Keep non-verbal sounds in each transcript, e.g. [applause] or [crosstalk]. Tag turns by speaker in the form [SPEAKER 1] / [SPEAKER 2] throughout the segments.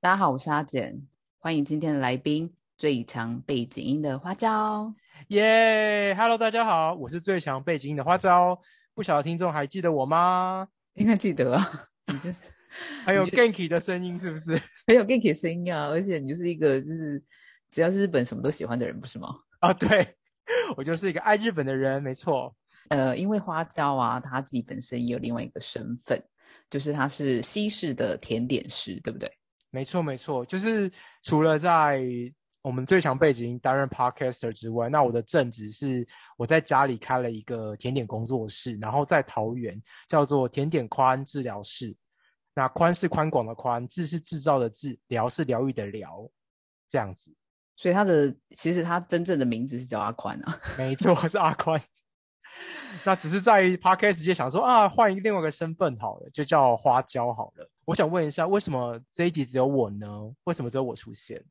[SPEAKER 1] 大家好，我是阿简，欢迎今天的来宾最强背景音的花椒。
[SPEAKER 2] 耶、h e l l o 大家好，我是最强背景音的花招。不晓得听众还记得我吗？
[SPEAKER 1] 应该记得啊，你就是
[SPEAKER 2] 还有
[SPEAKER 1] 你就
[SPEAKER 2] Ganky 的声音是不是？ [laughs]
[SPEAKER 1] 很有 ganky 的声音啊，而且你就是一个就是只要是日本什么都喜欢的人，不是吗？
[SPEAKER 2] 啊，对，我就是一个爱日本的人，没错。
[SPEAKER 1] 呃，因为花椒啊，他自己本身也有另外一个身份，就是他是西式的甜点师，对不对？
[SPEAKER 2] 没错，没错，就是除了在我们最强背景担任 podcaster 之外，那我的正职是我在家里开了一个甜点工作室，然后在桃园叫做甜点宽治疗室。那宽是宽广的宽，治是制造的治，疗是疗愈的疗，这样子。
[SPEAKER 1] 所以他的其实他真正的名字是叫阿宽啊， [laughs]
[SPEAKER 2] [laughs] 没错，是阿宽。 [laughs] 那只是在 podcast 界想说啊，换一个另外一个身份好了，就叫花椒好了。我想问一下，为什么这一集只有我呢？为什么只有我出现？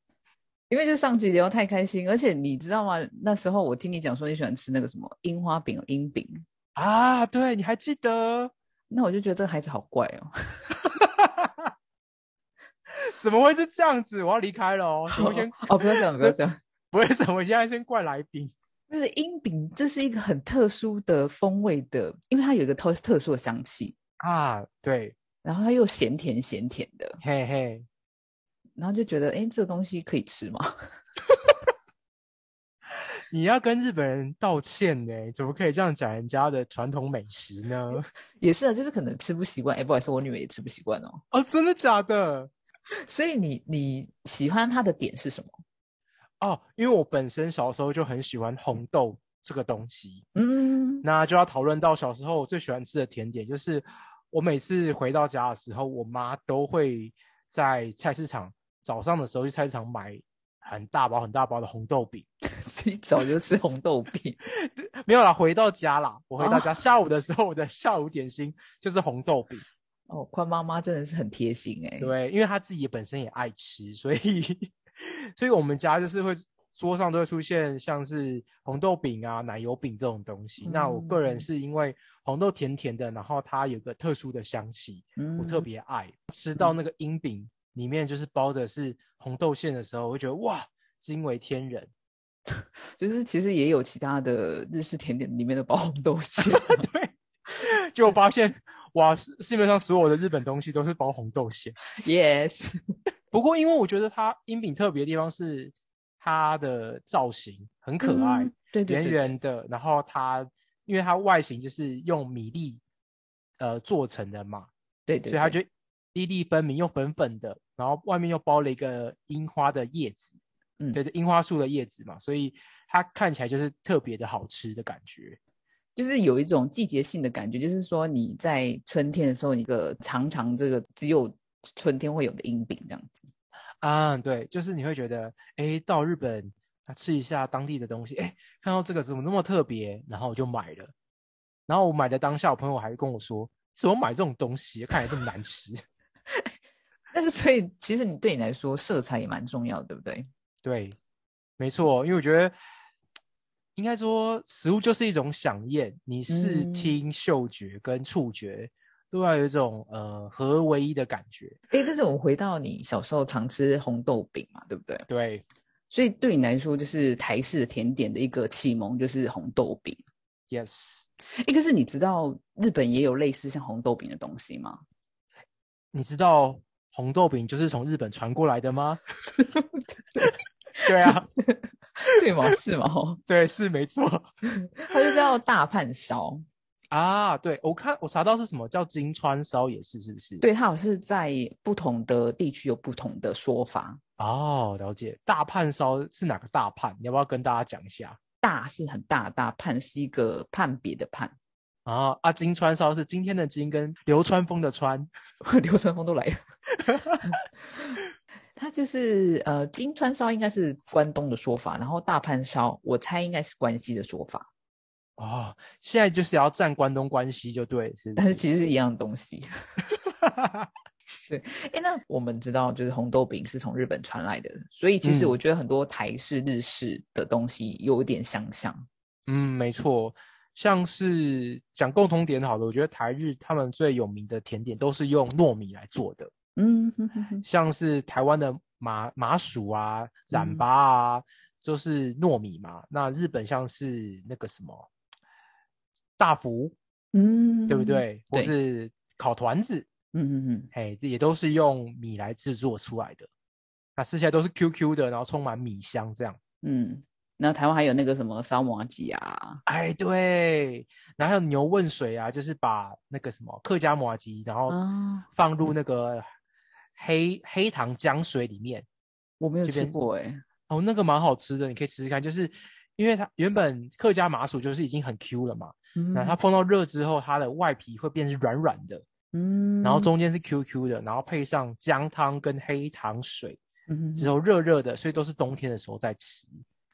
[SPEAKER 1] 因为就上集聊太开心，而且你知道吗？那时候我听你讲说你喜欢吃那个什么樱花饼、樱饼，
[SPEAKER 2] 啊，对，你还记得？
[SPEAKER 1] 那我就觉得这个孩子好怪哦。
[SPEAKER 2] 怎么会是这样子？我要离开了哦。
[SPEAKER 1] [laughs]
[SPEAKER 2] 我先
[SPEAKER 1] 哦，不要这样，不要这样。
[SPEAKER 2] 不会什么，现在先怪来宾。
[SPEAKER 1] [laughs] 就是樱饼，这是一个很特殊的风味的，因为它有一个特特殊的香气，
[SPEAKER 2] 啊，对，
[SPEAKER 1] 然后它又咸甜咸甜的，
[SPEAKER 2] 嘿嘿，
[SPEAKER 1] 然后就觉得，哎，这个东西可以吃吗？ [laughs]
[SPEAKER 2] 你要跟日本人道歉呢，怎么可以这样讲人家的传统美食呢？
[SPEAKER 1] 也是啊，就是可能吃不习惯。哎，不好意思，我女儿也吃不习惯哦。
[SPEAKER 2] 哦，真的假的？
[SPEAKER 1] 所以你你喜欢它的点是什
[SPEAKER 2] [laughs]
[SPEAKER 1] 么？
[SPEAKER 2] 哦，因为我本身小时候就很喜欢红豆这个东西，
[SPEAKER 1] [laughs] 嗯，
[SPEAKER 2] 那就要讨论到小时候我最喜欢吃的甜点，就是我每次回到家的时候，我妈都会在菜市场早上的时候去菜市场买很大包很大包的红豆饼。 [laughs]
[SPEAKER 1] 一早就吃红豆饼，
[SPEAKER 2] 没有啦，回到家啦，我回到家、
[SPEAKER 1] 哦
[SPEAKER 2] [laughs] 下午的时候，我的下午点心就是红豆饼。
[SPEAKER 1] 哦，宽妈妈真的是很贴心哎、
[SPEAKER 2] 对，因为她自己本身也爱吃，所以 [laughs] 所以我们家就是会桌上都会出现像是红豆饼啊、奶油饼这种东西。那我个人
[SPEAKER 1] 嗯
[SPEAKER 2] 是因为红豆甜甜的，然后它有个特殊的香气，
[SPEAKER 1] 嗯，
[SPEAKER 2] 我特别爱。吃到那个樱饼里面就是包着是红豆馅的时候，我就觉得哇，惊为天人。
[SPEAKER 1] 就是其实也有其他的日式甜点里面的包红豆
[SPEAKER 2] [laughs]
[SPEAKER 1] 馅，
[SPEAKER 2] 对，就我发现哇，市市面上所有的日本东西都是包红豆馅。
[SPEAKER 1] yes，
[SPEAKER 2] 不过，因为我觉得它樱饼特别的地方是它的造型很可爱，
[SPEAKER 1] 嗯对对对
[SPEAKER 2] 圆
[SPEAKER 1] 对
[SPEAKER 2] 圆的，然后它因为它外形就是用米粒呃做成的嘛，
[SPEAKER 1] 对对，
[SPEAKER 2] 所以它
[SPEAKER 1] 对
[SPEAKER 2] 就粒粒分明又粉粉的，然后外面又包了一个樱花的叶子，
[SPEAKER 1] 嗯
[SPEAKER 2] 对对，樱花树的叶子嘛，所以它看起来就是特别的好吃的感觉。
[SPEAKER 1] 就是有一种季节性的感觉，就是说你在春天的时候，你个尝尝这个只有春天会有的樱饼这样子。
[SPEAKER 2] 啊，对，就是你会觉得，哎，到日本啊吃一下当地的东西，哎，看到这个怎么那么特别，然后我就买了。然后我买的当下，我朋友还跟我说，怎么买这种东西，看起来这么难吃。
[SPEAKER 1] 但是，所以其实你对你来说，色彩也蛮重要的，对不对？
[SPEAKER 2] 对，没错，因为我觉得应该说食物就是一种飨宴，你视
[SPEAKER 1] 嗯
[SPEAKER 2] 听、嗅觉跟触觉都要有一种呃合而为一的感觉。
[SPEAKER 1] 诶，但是我们回到你小时候常吃红豆饼嘛，对不对？
[SPEAKER 2] 对，
[SPEAKER 1] 所以对你来说，就是台式的甜点的一个启蒙，就是红豆饼。
[SPEAKER 2] yes。
[SPEAKER 1] 诶，可是你知道日本也有类似像红豆饼的东西吗？ [laughs]
[SPEAKER 2] 你知道红豆饼就是从日本传过来的吗？ [laughs] 对啊，
[SPEAKER 1] 对吗？是吗？ [laughs] 哦
[SPEAKER 2] 对，是没错
[SPEAKER 1] 它就叫大阪烧。
[SPEAKER 2] 啊。对，我看我查到是什么叫金川烧，也是是不是？，
[SPEAKER 1] 对，它好像是在不同的地区有不同的说法。
[SPEAKER 2] 哦，了解。大判烧是哪个大判？你要不要跟大家讲一下？
[SPEAKER 1] 大是很大的大，判是一个判别的判， [laughs]
[SPEAKER 2] 啊啊，金川烧是今天的金跟流川枫的川。
[SPEAKER 1] 流川枫都来了。嗯它就是呃，金川烧应该是关东的说法，然后大判烧我猜应该是关西的说法，
[SPEAKER 2] 哦，现在就是要占关东关西就对，是不
[SPEAKER 1] 但
[SPEAKER 2] 是？
[SPEAKER 1] 是其实是一样的东西。 [laughs] 哎，那我们知道就是红豆饼是从日本传来的，所以其实
[SPEAKER 2] 嗯
[SPEAKER 1] 我觉得很多台式、日式的东西有一点相像。
[SPEAKER 2] [laughs] 嗯，没错，像是讲共同点好了，我觉得台日他们最有名的甜点都是用糯米来做的。
[SPEAKER 1] 嗯哼哼哼
[SPEAKER 2] 像是台湾的麻麻薯
[SPEAKER 1] 嗯
[SPEAKER 2] 啊、染巴啊，就是糯米嘛。那日本像是那个什么大福，
[SPEAKER 1] 嗯，
[SPEAKER 2] 对不？对？
[SPEAKER 1] 对
[SPEAKER 2] 或是烤团子，
[SPEAKER 1] 嗯嗯嗯，
[SPEAKER 2] 哎，这也都是用米来制作出来的。那吃起来都是 QQ 的，然后充满米香这样。
[SPEAKER 1] 嗯，然后台湾还有那个什么烧麻鸡啊，
[SPEAKER 2] 哎，对，然后还有牛问水啊，就是把那个什么客家麻吉，然后
[SPEAKER 1] 啊
[SPEAKER 2] 放入那个黑、黑糖浆水里面。
[SPEAKER 1] 我没有
[SPEAKER 2] 这
[SPEAKER 1] 吃
[SPEAKER 2] 边
[SPEAKER 1] 过哎，
[SPEAKER 2] 哦，那个蛮好吃的，你可以试试看。就是因为它原本客家麻薯就是已经很 Q 了嘛，
[SPEAKER 1] 嗯
[SPEAKER 2] 那、它碰到热之后，它的外皮会变成软软的，
[SPEAKER 1] 嗯，
[SPEAKER 2] 然后中间是 QQ 的，然后配上姜汤跟黑糖水，
[SPEAKER 1] 嗯
[SPEAKER 2] 之后热热的，所以都是冬天的时候在吃，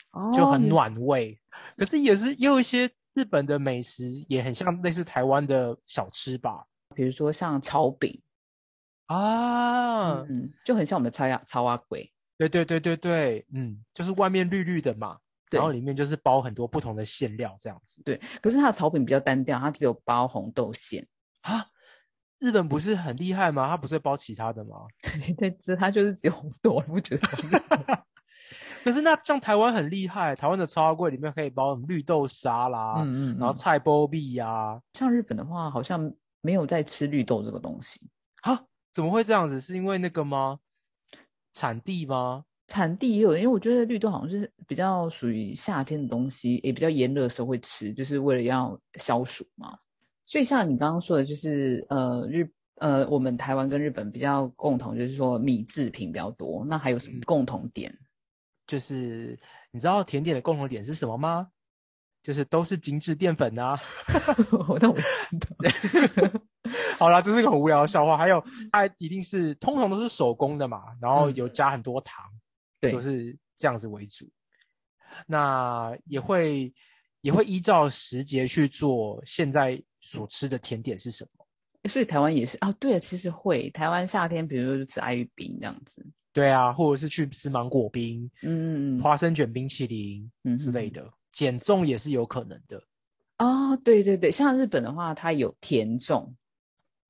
[SPEAKER 1] 后
[SPEAKER 2] 就很暖胃。可是也是也有一些日本的美食也很像类似台湾的小吃吧？
[SPEAKER 1] 比如说像炒饼，
[SPEAKER 2] 啊，
[SPEAKER 1] 嗯，就很像我们的超鸭超阿龟，
[SPEAKER 2] 对对对对对，嗯，就是外面绿绿的嘛，然后
[SPEAKER 1] 对
[SPEAKER 2] 里面就是包很多不同的馅料这样子。
[SPEAKER 1] 对，可是它的炒饼比较单调，它只有包红豆馅， [laughs]
[SPEAKER 2] 啊，日本不是很厉害吗？他不是包其他
[SPEAKER 1] [laughs]
[SPEAKER 2] 的吗？
[SPEAKER 1] 对，这它就是只有红豆，我不觉得
[SPEAKER 2] [laughs]
[SPEAKER 1] 很厉害。
[SPEAKER 2] 可是那像台湾很厉害，台湾的超柜里面可以包什么绿豆沙啦，
[SPEAKER 1] 嗯嗯，
[SPEAKER 2] 啊然后
[SPEAKER 1] 嗯
[SPEAKER 2] 菜包啊币呀，
[SPEAKER 1] 像日本的话，好像没有在吃绿豆这个东西，
[SPEAKER 2] 啊，怎么会这样子？是因为那个吗？产地吗？
[SPEAKER 1] 产地也有，因为我觉得绿豆好像是比较属于夏天的东西，也比较炎热的时候会吃，就是为了要消暑嘛。所以像你刚刚说的，就是呃日呃我们台湾跟日本比较共同，就是说米制品比较多。那还有什
[SPEAKER 2] 嗯
[SPEAKER 1] 么共同点？ [laughs]
[SPEAKER 2] 就是你知道甜点的共同点是什么吗？就是都是精致淀粉啊。 [laughs]
[SPEAKER 1] 我但我不知道。
[SPEAKER 2] 好啦，这是个很无聊的笑话。还有，它一定是通常都是手工的嘛，然后
[SPEAKER 1] 嗯
[SPEAKER 2] 有加很多糖，
[SPEAKER 1] 对
[SPEAKER 2] 就，是这样子为主。那也会也会依照时节去做现在所吃的甜点是什么。
[SPEAKER 1] 所以台湾也是啊，对，其实会台湾夏天，比如说就吃爱玉饼这样子，
[SPEAKER 2] 对啊，或者是去吃芒果冰、
[SPEAKER 1] 嗯嗯嗯
[SPEAKER 2] 花生卷冰淇淋
[SPEAKER 1] 嗯
[SPEAKER 2] 之类
[SPEAKER 1] 的。
[SPEAKER 2] 的，减重也是有可能的
[SPEAKER 1] 哦，对对对，像日本的话，它有甜粽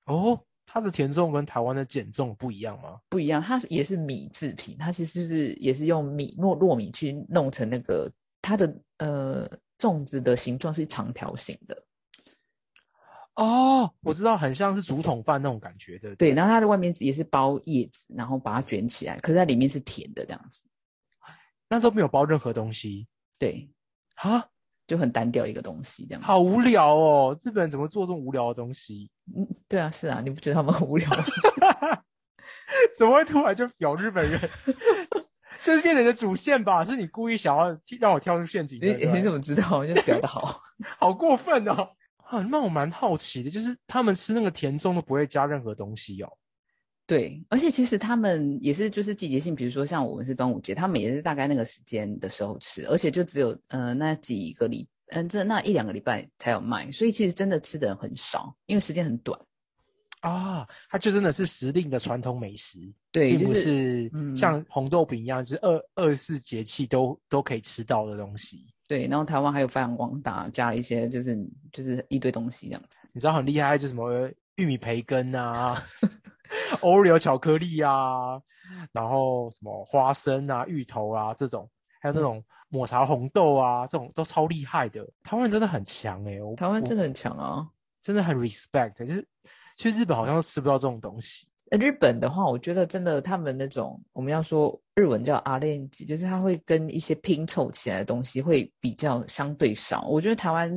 [SPEAKER 2] 哦。它的甜粽跟台湾的减重不一样吗？
[SPEAKER 1] 不一样，它是也是米制品，它其实就是也是用米糯糯米去弄成那个它的呃粽子的形状是长条形的，
[SPEAKER 2] 哦，我知道，很像是竹筒饭那种感觉，对不
[SPEAKER 1] 对，
[SPEAKER 2] 对
[SPEAKER 1] 然后它的外面也是包叶子，然后把它卷起来，可是它里面是甜的这样子，
[SPEAKER 2] 那都没有包任何东西
[SPEAKER 1] 对，
[SPEAKER 2] 啊，
[SPEAKER 1] 就很单调一个东西这样子。
[SPEAKER 2] 好无聊哦！日本人怎么做这么无聊的东西？ [laughs]
[SPEAKER 1] 嗯，对啊，是啊，你不觉得他们很无聊吗？
[SPEAKER 2] 怎么会突然就咬日本人？
[SPEAKER 1] [laughs]
[SPEAKER 2] 这是变成你的主线吧？是你故意想要踢让我跳出陷阱的？
[SPEAKER 1] 你
[SPEAKER 2] 对啊不对
[SPEAKER 1] 你怎么知道？就表达好，
[SPEAKER 2] 好过分哦！啊，那我蛮好奇的，就是他们吃那个甜粽都不会加任何东西哦。
[SPEAKER 1] 对，而且其实他们也是就是季节性，比如说像我们是端午节，他们也是大概那个时间的时候吃，而且就只有呃那几个礼，嗯、这那一两个礼拜才有卖，所以其实真的吃的人很少，因为时间很短。
[SPEAKER 2] 啊，它就真的是时令的传统美食，
[SPEAKER 1] 对，
[SPEAKER 2] 并
[SPEAKER 1] 就
[SPEAKER 2] 不
[SPEAKER 1] 是
[SPEAKER 2] 是
[SPEAKER 1] 嗯
[SPEAKER 2] 像红豆饼一样，就是二二十四节气都都可以吃到的东西。
[SPEAKER 1] 对。然后台湾还有发扬光大，加了一些就是就是一堆东西这样子。
[SPEAKER 2] 你知道很厉害，就什么玉米培
[SPEAKER 1] [laughs]
[SPEAKER 2] 根啊、Oreo 巧克力啊，然后什么花生啊、芋头啊这种，
[SPEAKER 1] 嗯
[SPEAKER 2] 还有那种抹茶红豆啊，这种都超厉害的。台湾人真的很强诶、我
[SPEAKER 1] 台湾真
[SPEAKER 2] 的
[SPEAKER 1] 的很强啊。
[SPEAKER 2] 真的很 respect，就是去日本好像都吃不到这种东西。
[SPEAKER 1] 呃日本的话，我觉得真的他们那种我们要说日文叫阿练吉，就是它会跟一些拼凑起来的东西会比较相对少。我觉得台湾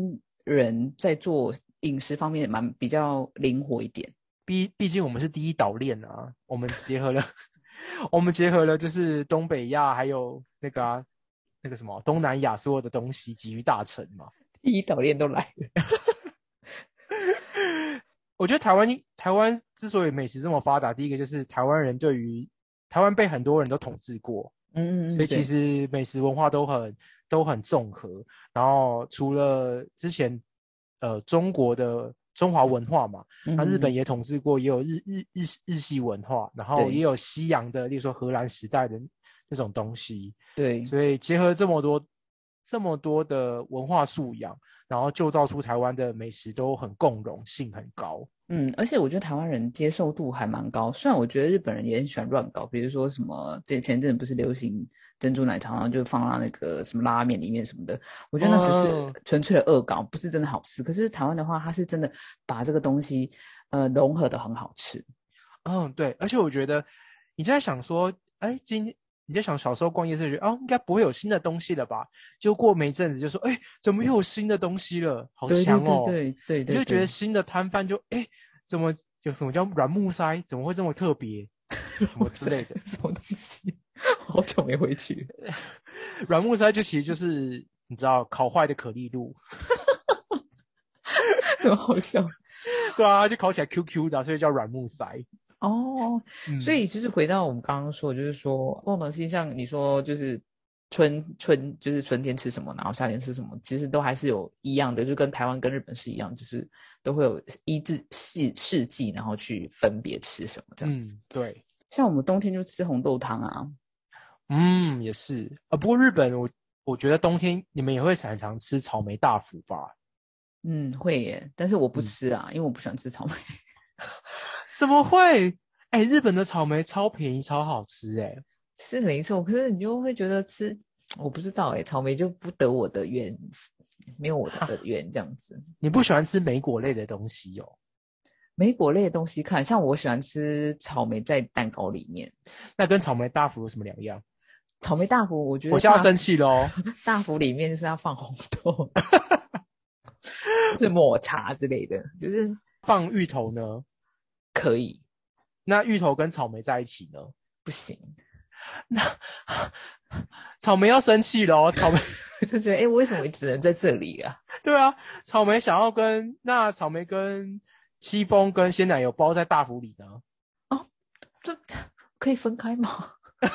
[SPEAKER 1] 人在做饮食方面蛮比较灵活一点。 [laughs]
[SPEAKER 2] 毕毕竟我们是第一岛链啊，我们结合了， [laughs] 我们结合了就是东北亚还有那个啊、那个什么东南亚所有的东西集于大成嘛。
[SPEAKER 1] 第一岛链都来了，
[SPEAKER 2] 我觉得台湾台湾之所以美食这么发达，第一个就是台湾人对于台湾被很多人都统治过，
[SPEAKER 1] 嗯，嗯嗯
[SPEAKER 2] 所以
[SPEAKER 1] 对
[SPEAKER 2] 其实美食文化都很都很综合。然后除了之前呃中国的中华文化嘛，
[SPEAKER 1] 嗯
[SPEAKER 2] 那日本
[SPEAKER 1] 嗯
[SPEAKER 2] 也统治过，也有日日日日系文化，然后
[SPEAKER 1] 对
[SPEAKER 2] 也有西洋的，例如说荷兰时代的那种东西。
[SPEAKER 1] 对，
[SPEAKER 2] 所以结合这么多这么多的文化素养，然后就造出台湾的美食都很共融性很高。
[SPEAKER 1] 嗯，而且我觉得台湾人接受度还蛮高，虽然我觉得日本人也很喜欢乱搞，比如说什么这前阵子不是流行珍珠奶茶，然后就放到那个什么拉面里面什么的，我觉得那只
[SPEAKER 2] 哦
[SPEAKER 1] 是纯粹的恶搞，不是真的好吃。可是台湾的话，它是真的把这个东西呃融合的很好吃。
[SPEAKER 2] 嗯，对，而且我觉得你在想说，哎，今你在想小时候逛夜市，觉得哦，应该不会有新的东西了吧？就过没一阵子就说，哎，怎么又有新的东西了？好
[SPEAKER 1] 对对
[SPEAKER 2] 香哦！
[SPEAKER 1] 对对对
[SPEAKER 2] 你
[SPEAKER 1] 对，
[SPEAKER 2] 就觉
[SPEAKER 1] 对
[SPEAKER 2] 得新的摊贩就哎，怎么有什么叫软木塞？怎么会这么特
[SPEAKER 1] [laughs]
[SPEAKER 2] 别？什么之类的。
[SPEAKER 1] 什么东西， [laughs] 我好久没回去。 [laughs]
[SPEAKER 2] [laughs] 软木塞就其实就是你知道烤坏的可丽露，
[SPEAKER 1] 很好
[SPEAKER 2] [laughs]
[SPEAKER 1] 笑
[SPEAKER 2] 对啊，就烤起来 QQ 的啊，所以叫软木塞。
[SPEAKER 1] 哦。
[SPEAKER 2] 嗯
[SPEAKER 1] 所以就是回到我们刚刚说的，就是说共同性，像你说就是春春就是春天吃什么，然后夏天吃什么，其实都还是有一样的，就跟台湾跟日本是一样，就是都会有依至四四季，然后去分别吃什么这样
[SPEAKER 2] 嗯
[SPEAKER 1] 子。，
[SPEAKER 2] 对。
[SPEAKER 1] 像我们冬天就吃红豆汤啊，
[SPEAKER 2] 嗯，也是啊。不过日本我，我觉得冬天你们也会常常吃草莓大福吧？
[SPEAKER 1] 嗯，会耶，但是我不
[SPEAKER 2] 嗯
[SPEAKER 1] 吃啊，因为我不喜欢吃草莓。
[SPEAKER 2] 怎么会？哎、日本的草莓超便宜，超好吃哎、
[SPEAKER 1] 是没错，可是你就会觉得吃，我不知道哎，草莓就不得我的愿，没有我的愿这样子。
[SPEAKER 2] 你不喜欢吃莓果类的东西哦？
[SPEAKER 1] 莓果类的东西看，像我喜欢吃草莓在蛋糕里面，
[SPEAKER 2] 那跟草莓大福有什么两样？
[SPEAKER 1] 草莓大福，我觉得
[SPEAKER 2] 我现在要
[SPEAKER 1] 大
[SPEAKER 2] 生气喽！
[SPEAKER 1] 大福里面就是要放红豆， [laughs] 是抹茶之类的，就是
[SPEAKER 2] 放芋头呢？
[SPEAKER 1] 可以
[SPEAKER 2] 那芋头跟草莓在一起呢？ [laughs]
[SPEAKER 1] 不行， [laughs]
[SPEAKER 2] 那 [laughs] 草莓要生气喽！草莓 [laughs]
[SPEAKER 1] 我就觉得哎，诶我为什么只能在这里啊？
[SPEAKER 2] 对啊，草莓想要跟那草莓跟戚风跟鲜奶油包在大福里呢？
[SPEAKER 1] 这可以分开吗？ [laughs]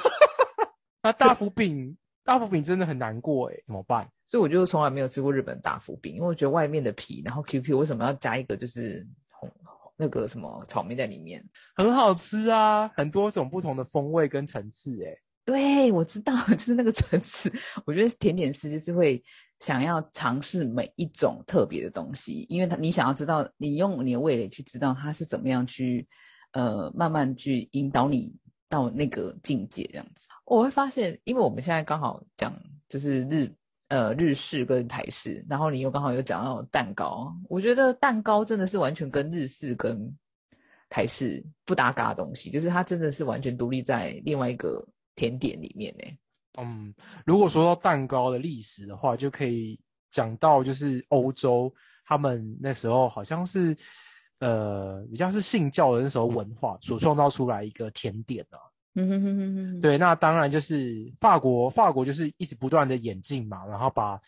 [SPEAKER 2] 那大福饼大福饼真的很难过哎、怎么办？
[SPEAKER 1] 所以我就从来没有吃过日本大福饼，因为我觉得外面的皮，然后 QQ 为什么要加一个就是红那个什么草莓在里面？
[SPEAKER 2] 很好吃啊，很多种不同的风味跟层次，哎，
[SPEAKER 1] 对，我知道， [laughs] 就是那个层次。我觉得甜点师就是会想要尝试每一种特别的东西，因为他你想要知道，你用你的味蕾去知道它是怎么样去，呃，慢慢去引导你到那个境界这样子。我会发现，因为我们现在刚好讲就是日呃日式跟台式，然后你又刚好有讲到蛋糕，我觉得蛋糕真的是完全跟日式跟台式不搭嘎的东西，就是它真的是完全独立在另外一个甜点里面呢、欸
[SPEAKER 2] 嗯，如果说到蛋糕的历史的话，就可以讲到就是欧洲他们那时候好像是，呃，比较是信教的那时候文化所创造出来一个甜点啊。
[SPEAKER 1] 嗯哼哼哼哼，，
[SPEAKER 2] 对，那当然就是法国，法国就是一直不断的演进嘛，然后把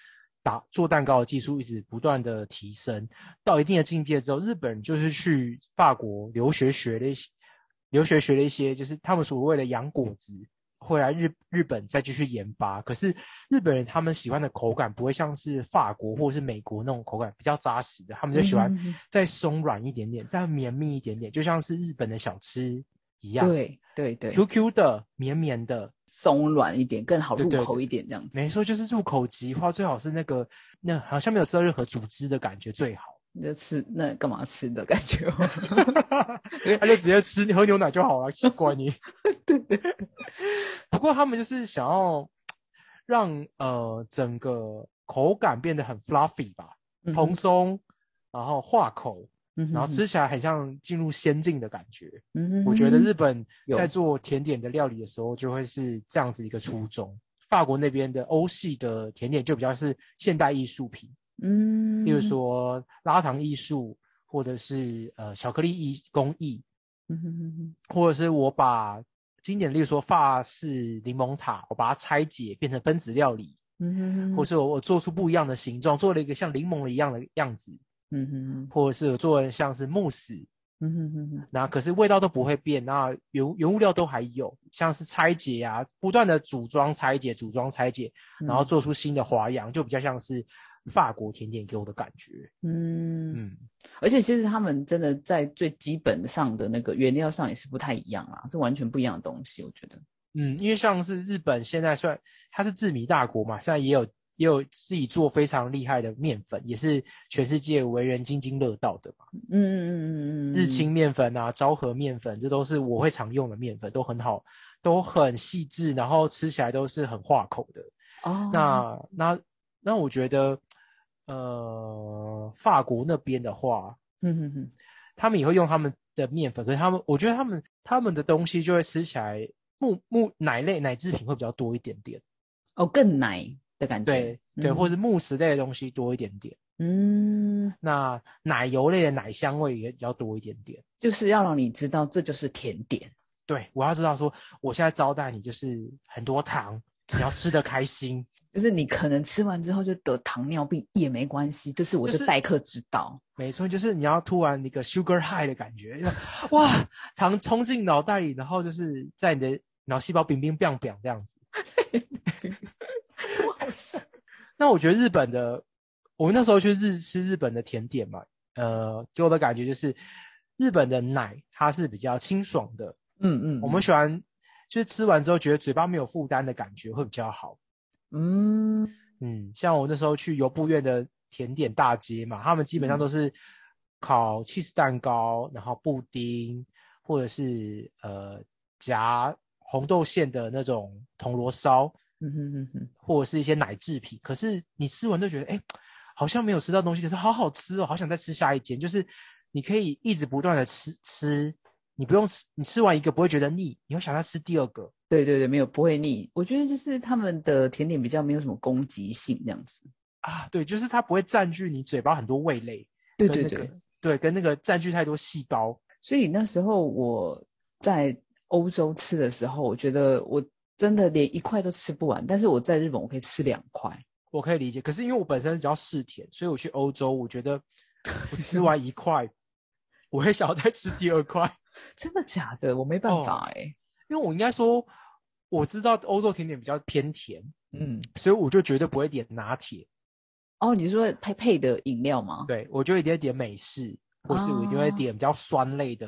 [SPEAKER 2] 打做蛋糕的技术一直不断的提升到一定的境界之后，日本人就是去法国留学学了一些，留学学了一些，就是他们所谓的洋果子，会来日日本再继续研发。可是日本人他们喜欢的口感不会像是法国或是美国那种口感比较扎实的，他们就喜欢
[SPEAKER 1] 嗯嗯嗯
[SPEAKER 2] 再松软一点点，再绵密一点点，就像是日本的小吃一样。
[SPEAKER 1] 对对对，
[SPEAKER 2] Q Q 的、绵绵的，
[SPEAKER 1] 松软一点，更好
[SPEAKER 2] 对
[SPEAKER 1] 入
[SPEAKER 2] 对对
[SPEAKER 1] 口一点这样子。
[SPEAKER 2] 没错，就是入口即化，最好是那个那好像没有吃到任何组织的感觉最好，
[SPEAKER 1] [laughs] 你就吃那干嘛吃的感觉哦？ [laughs]
[SPEAKER 2] 他就直接吃喝牛奶就好了，奇怪你。不过他们就是想要让呃整个口感变得很 fluffy 吧，
[SPEAKER 1] 嗯
[SPEAKER 2] 蓬
[SPEAKER 1] 哼，
[SPEAKER 2] 松，然后化口，
[SPEAKER 1] 嗯哼
[SPEAKER 2] 然后，吃起来很像进入仙境的感觉。
[SPEAKER 1] 嗯哼
[SPEAKER 2] 我觉得
[SPEAKER 1] 哼
[SPEAKER 2] 日本
[SPEAKER 1] 有
[SPEAKER 2] 在做甜点的料理的时候，就会是这样子一个初衷。法国那边的欧系的甜点就比较是现代艺术品，
[SPEAKER 1] 嗯，
[SPEAKER 2] 例如说拉糖艺术，或者是呃巧克力艺工艺，
[SPEAKER 1] 嗯哼哼哼，
[SPEAKER 2] 或者是我把经典，例如说法式柠檬塔，我把它拆解变成分子料理，
[SPEAKER 1] 嗯哼哼，
[SPEAKER 2] 或是我我做出不一样的形状，做了一个像柠檬一样的样子，
[SPEAKER 1] 嗯哼哼，
[SPEAKER 2] 或者是我做了像是慕斯，
[SPEAKER 1] 嗯哼哼哼，
[SPEAKER 2] 那可是味道都不会变，那原原物料都还有，像是拆解啊，不断的组装、拆解、组装、拆解，然后
[SPEAKER 1] 嗯
[SPEAKER 2] 做出新的花样，就比较像是法国甜点给我的感觉。
[SPEAKER 1] 嗯
[SPEAKER 2] 嗯，
[SPEAKER 1] 而且其实他们真的在最基本上的那个原料上也是不太一样啦，是完全不一样的东西，我觉得。
[SPEAKER 2] 嗯，因为像是日本现在算它是制米大国嘛，现在也有也有自己做非常厉害的面粉，也是全世界为人津津乐道的嘛。
[SPEAKER 1] 嗯嗯嗯嗯嗯，
[SPEAKER 2] 日清面粉啊、昭和面粉，这都是我会常用的面粉，都很好，都很细致，然后吃起来都是很化口的。
[SPEAKER 1] 哦，
[SPEAKER 2] 那那那我觉得，呃，法国那边的话，
[SPEAKER 1] 嗯哼哼，
[SPEAKER 2] 他们也会用他们的面粉，可是他们，我觉得他们他们的东西就会吃起来木木奶类奶制品会比较多一点点，
[SPEAKER 1] 哦，更奶的感觉，
[SPEAKER 2] 对对，
[SPEAKER 1] 嗯
[SPEAKER 2] 或者是木食类的东西多一点点，
[SPEAKER 1] 嗯，
[SPEAKER 2] 那奶油类的奶香味也比较多一点点。
[SPEAKER 1] 就是要让你知道这就是甜点，
[SPEAKER 2] 对，我要知道说，我现在招待你就是很多糖，你要吃的开心。
[SPEAKER 1] 就是你可能吃完之后就得糖尿病也没关系，这是我
[SPEAKER 2] 就
[SPEAKER 1] 的
[SPEAKER 2] 是
[SPEAKER 1] 待客之
[SPEAKER 2] [laughs]
[SPEAKER 1] 道。
[SPEAKER 2] 没错，就是你要突然一个 sugar high 的感觉，哇，糖冲进脑袋里，然后就是在你的脑细胞冰冰冰冰这样子。
[SPEAKER 1] 好笑
[SPEAKER 2] 那我觉得日本的，我们那时候去日吃日本的甜点嘛，呃，给我的感觉就是日本的奶它是比较清爽的，
[SPEAKER 1] 嗯嗯，
[SPEAKER 2] 我们喜欢就是吃完之后觉得嘴巴没有负担的感觉会比较好。
[SPEAKER 1] 嗯
[SPEAKER 2] 嗯，像我那时候去游步院的甜点大街嘛，他们基本上
[SPEAKER 1] 嗯
[SPEAKER 2] 都是烤 cheese 蛋糕，然后布丁，或者是呃夹红豆馅的那种铜锣烧，
[SPEAKER 1] 嗯哼哼哼，
[SPEAKER 2] 或者是一些奶制品。可是你吃完就觉得，哎、好像没有吃到东西，可是好好吃哦，好想再吃下一间。就是你可以一直不断的吃吃，你不用吃，你吃完一个不会觉得腻，你会想再吃第二个。
[SPEAKER 1] 对对对，没有不会腻。我觉得就是他们的甜点比较没有什么攻击性这样子。
[SPEAKER 2] 啊，对，就是它不会占据你嘴巴很多味蕾，
[SPEAKER 1] 对
[SPEAKER 2] 跟
[SPEAKER 1] 对
[SPEAKER 2] 那
[SPEAKER 1] 对，
[SPEAKER 2] 个对，跟那个占据太多细胞。
[SPEAKER 1] 所以那时候我在欧洲吃的时候，我觉得我真的连一块都吃不完，但是我在日本我可以吃两块。
[SPEAKER 2] 我可以理解，可是因为我本身比较嗜甜，所以我去欧洲，我
[SPEAKER 1] [laughs]
[SPEAKER 2] 觉得我吃完一块，我会想要再吃第二块，
[SPEAKER 1] 真的假的？我没办
[SPEAKER 2] 哦
[SPEAKER 1] 法哎、
[SPEAKER 2] 因为我应该说我知道欧洲甜点比较偏甜，
[SPEAKER 1] 嗯，
[SPEAKER 2] 所以我就绝对不会点拿铁，
[SPEAKER 1] 哦，你说配配的饮料吗？
[SPEAKER 2] 对我就一定会点美式，或是我一定
[SPEAKER 1] 哦
[SPEAKER 2] 会点比较酸类的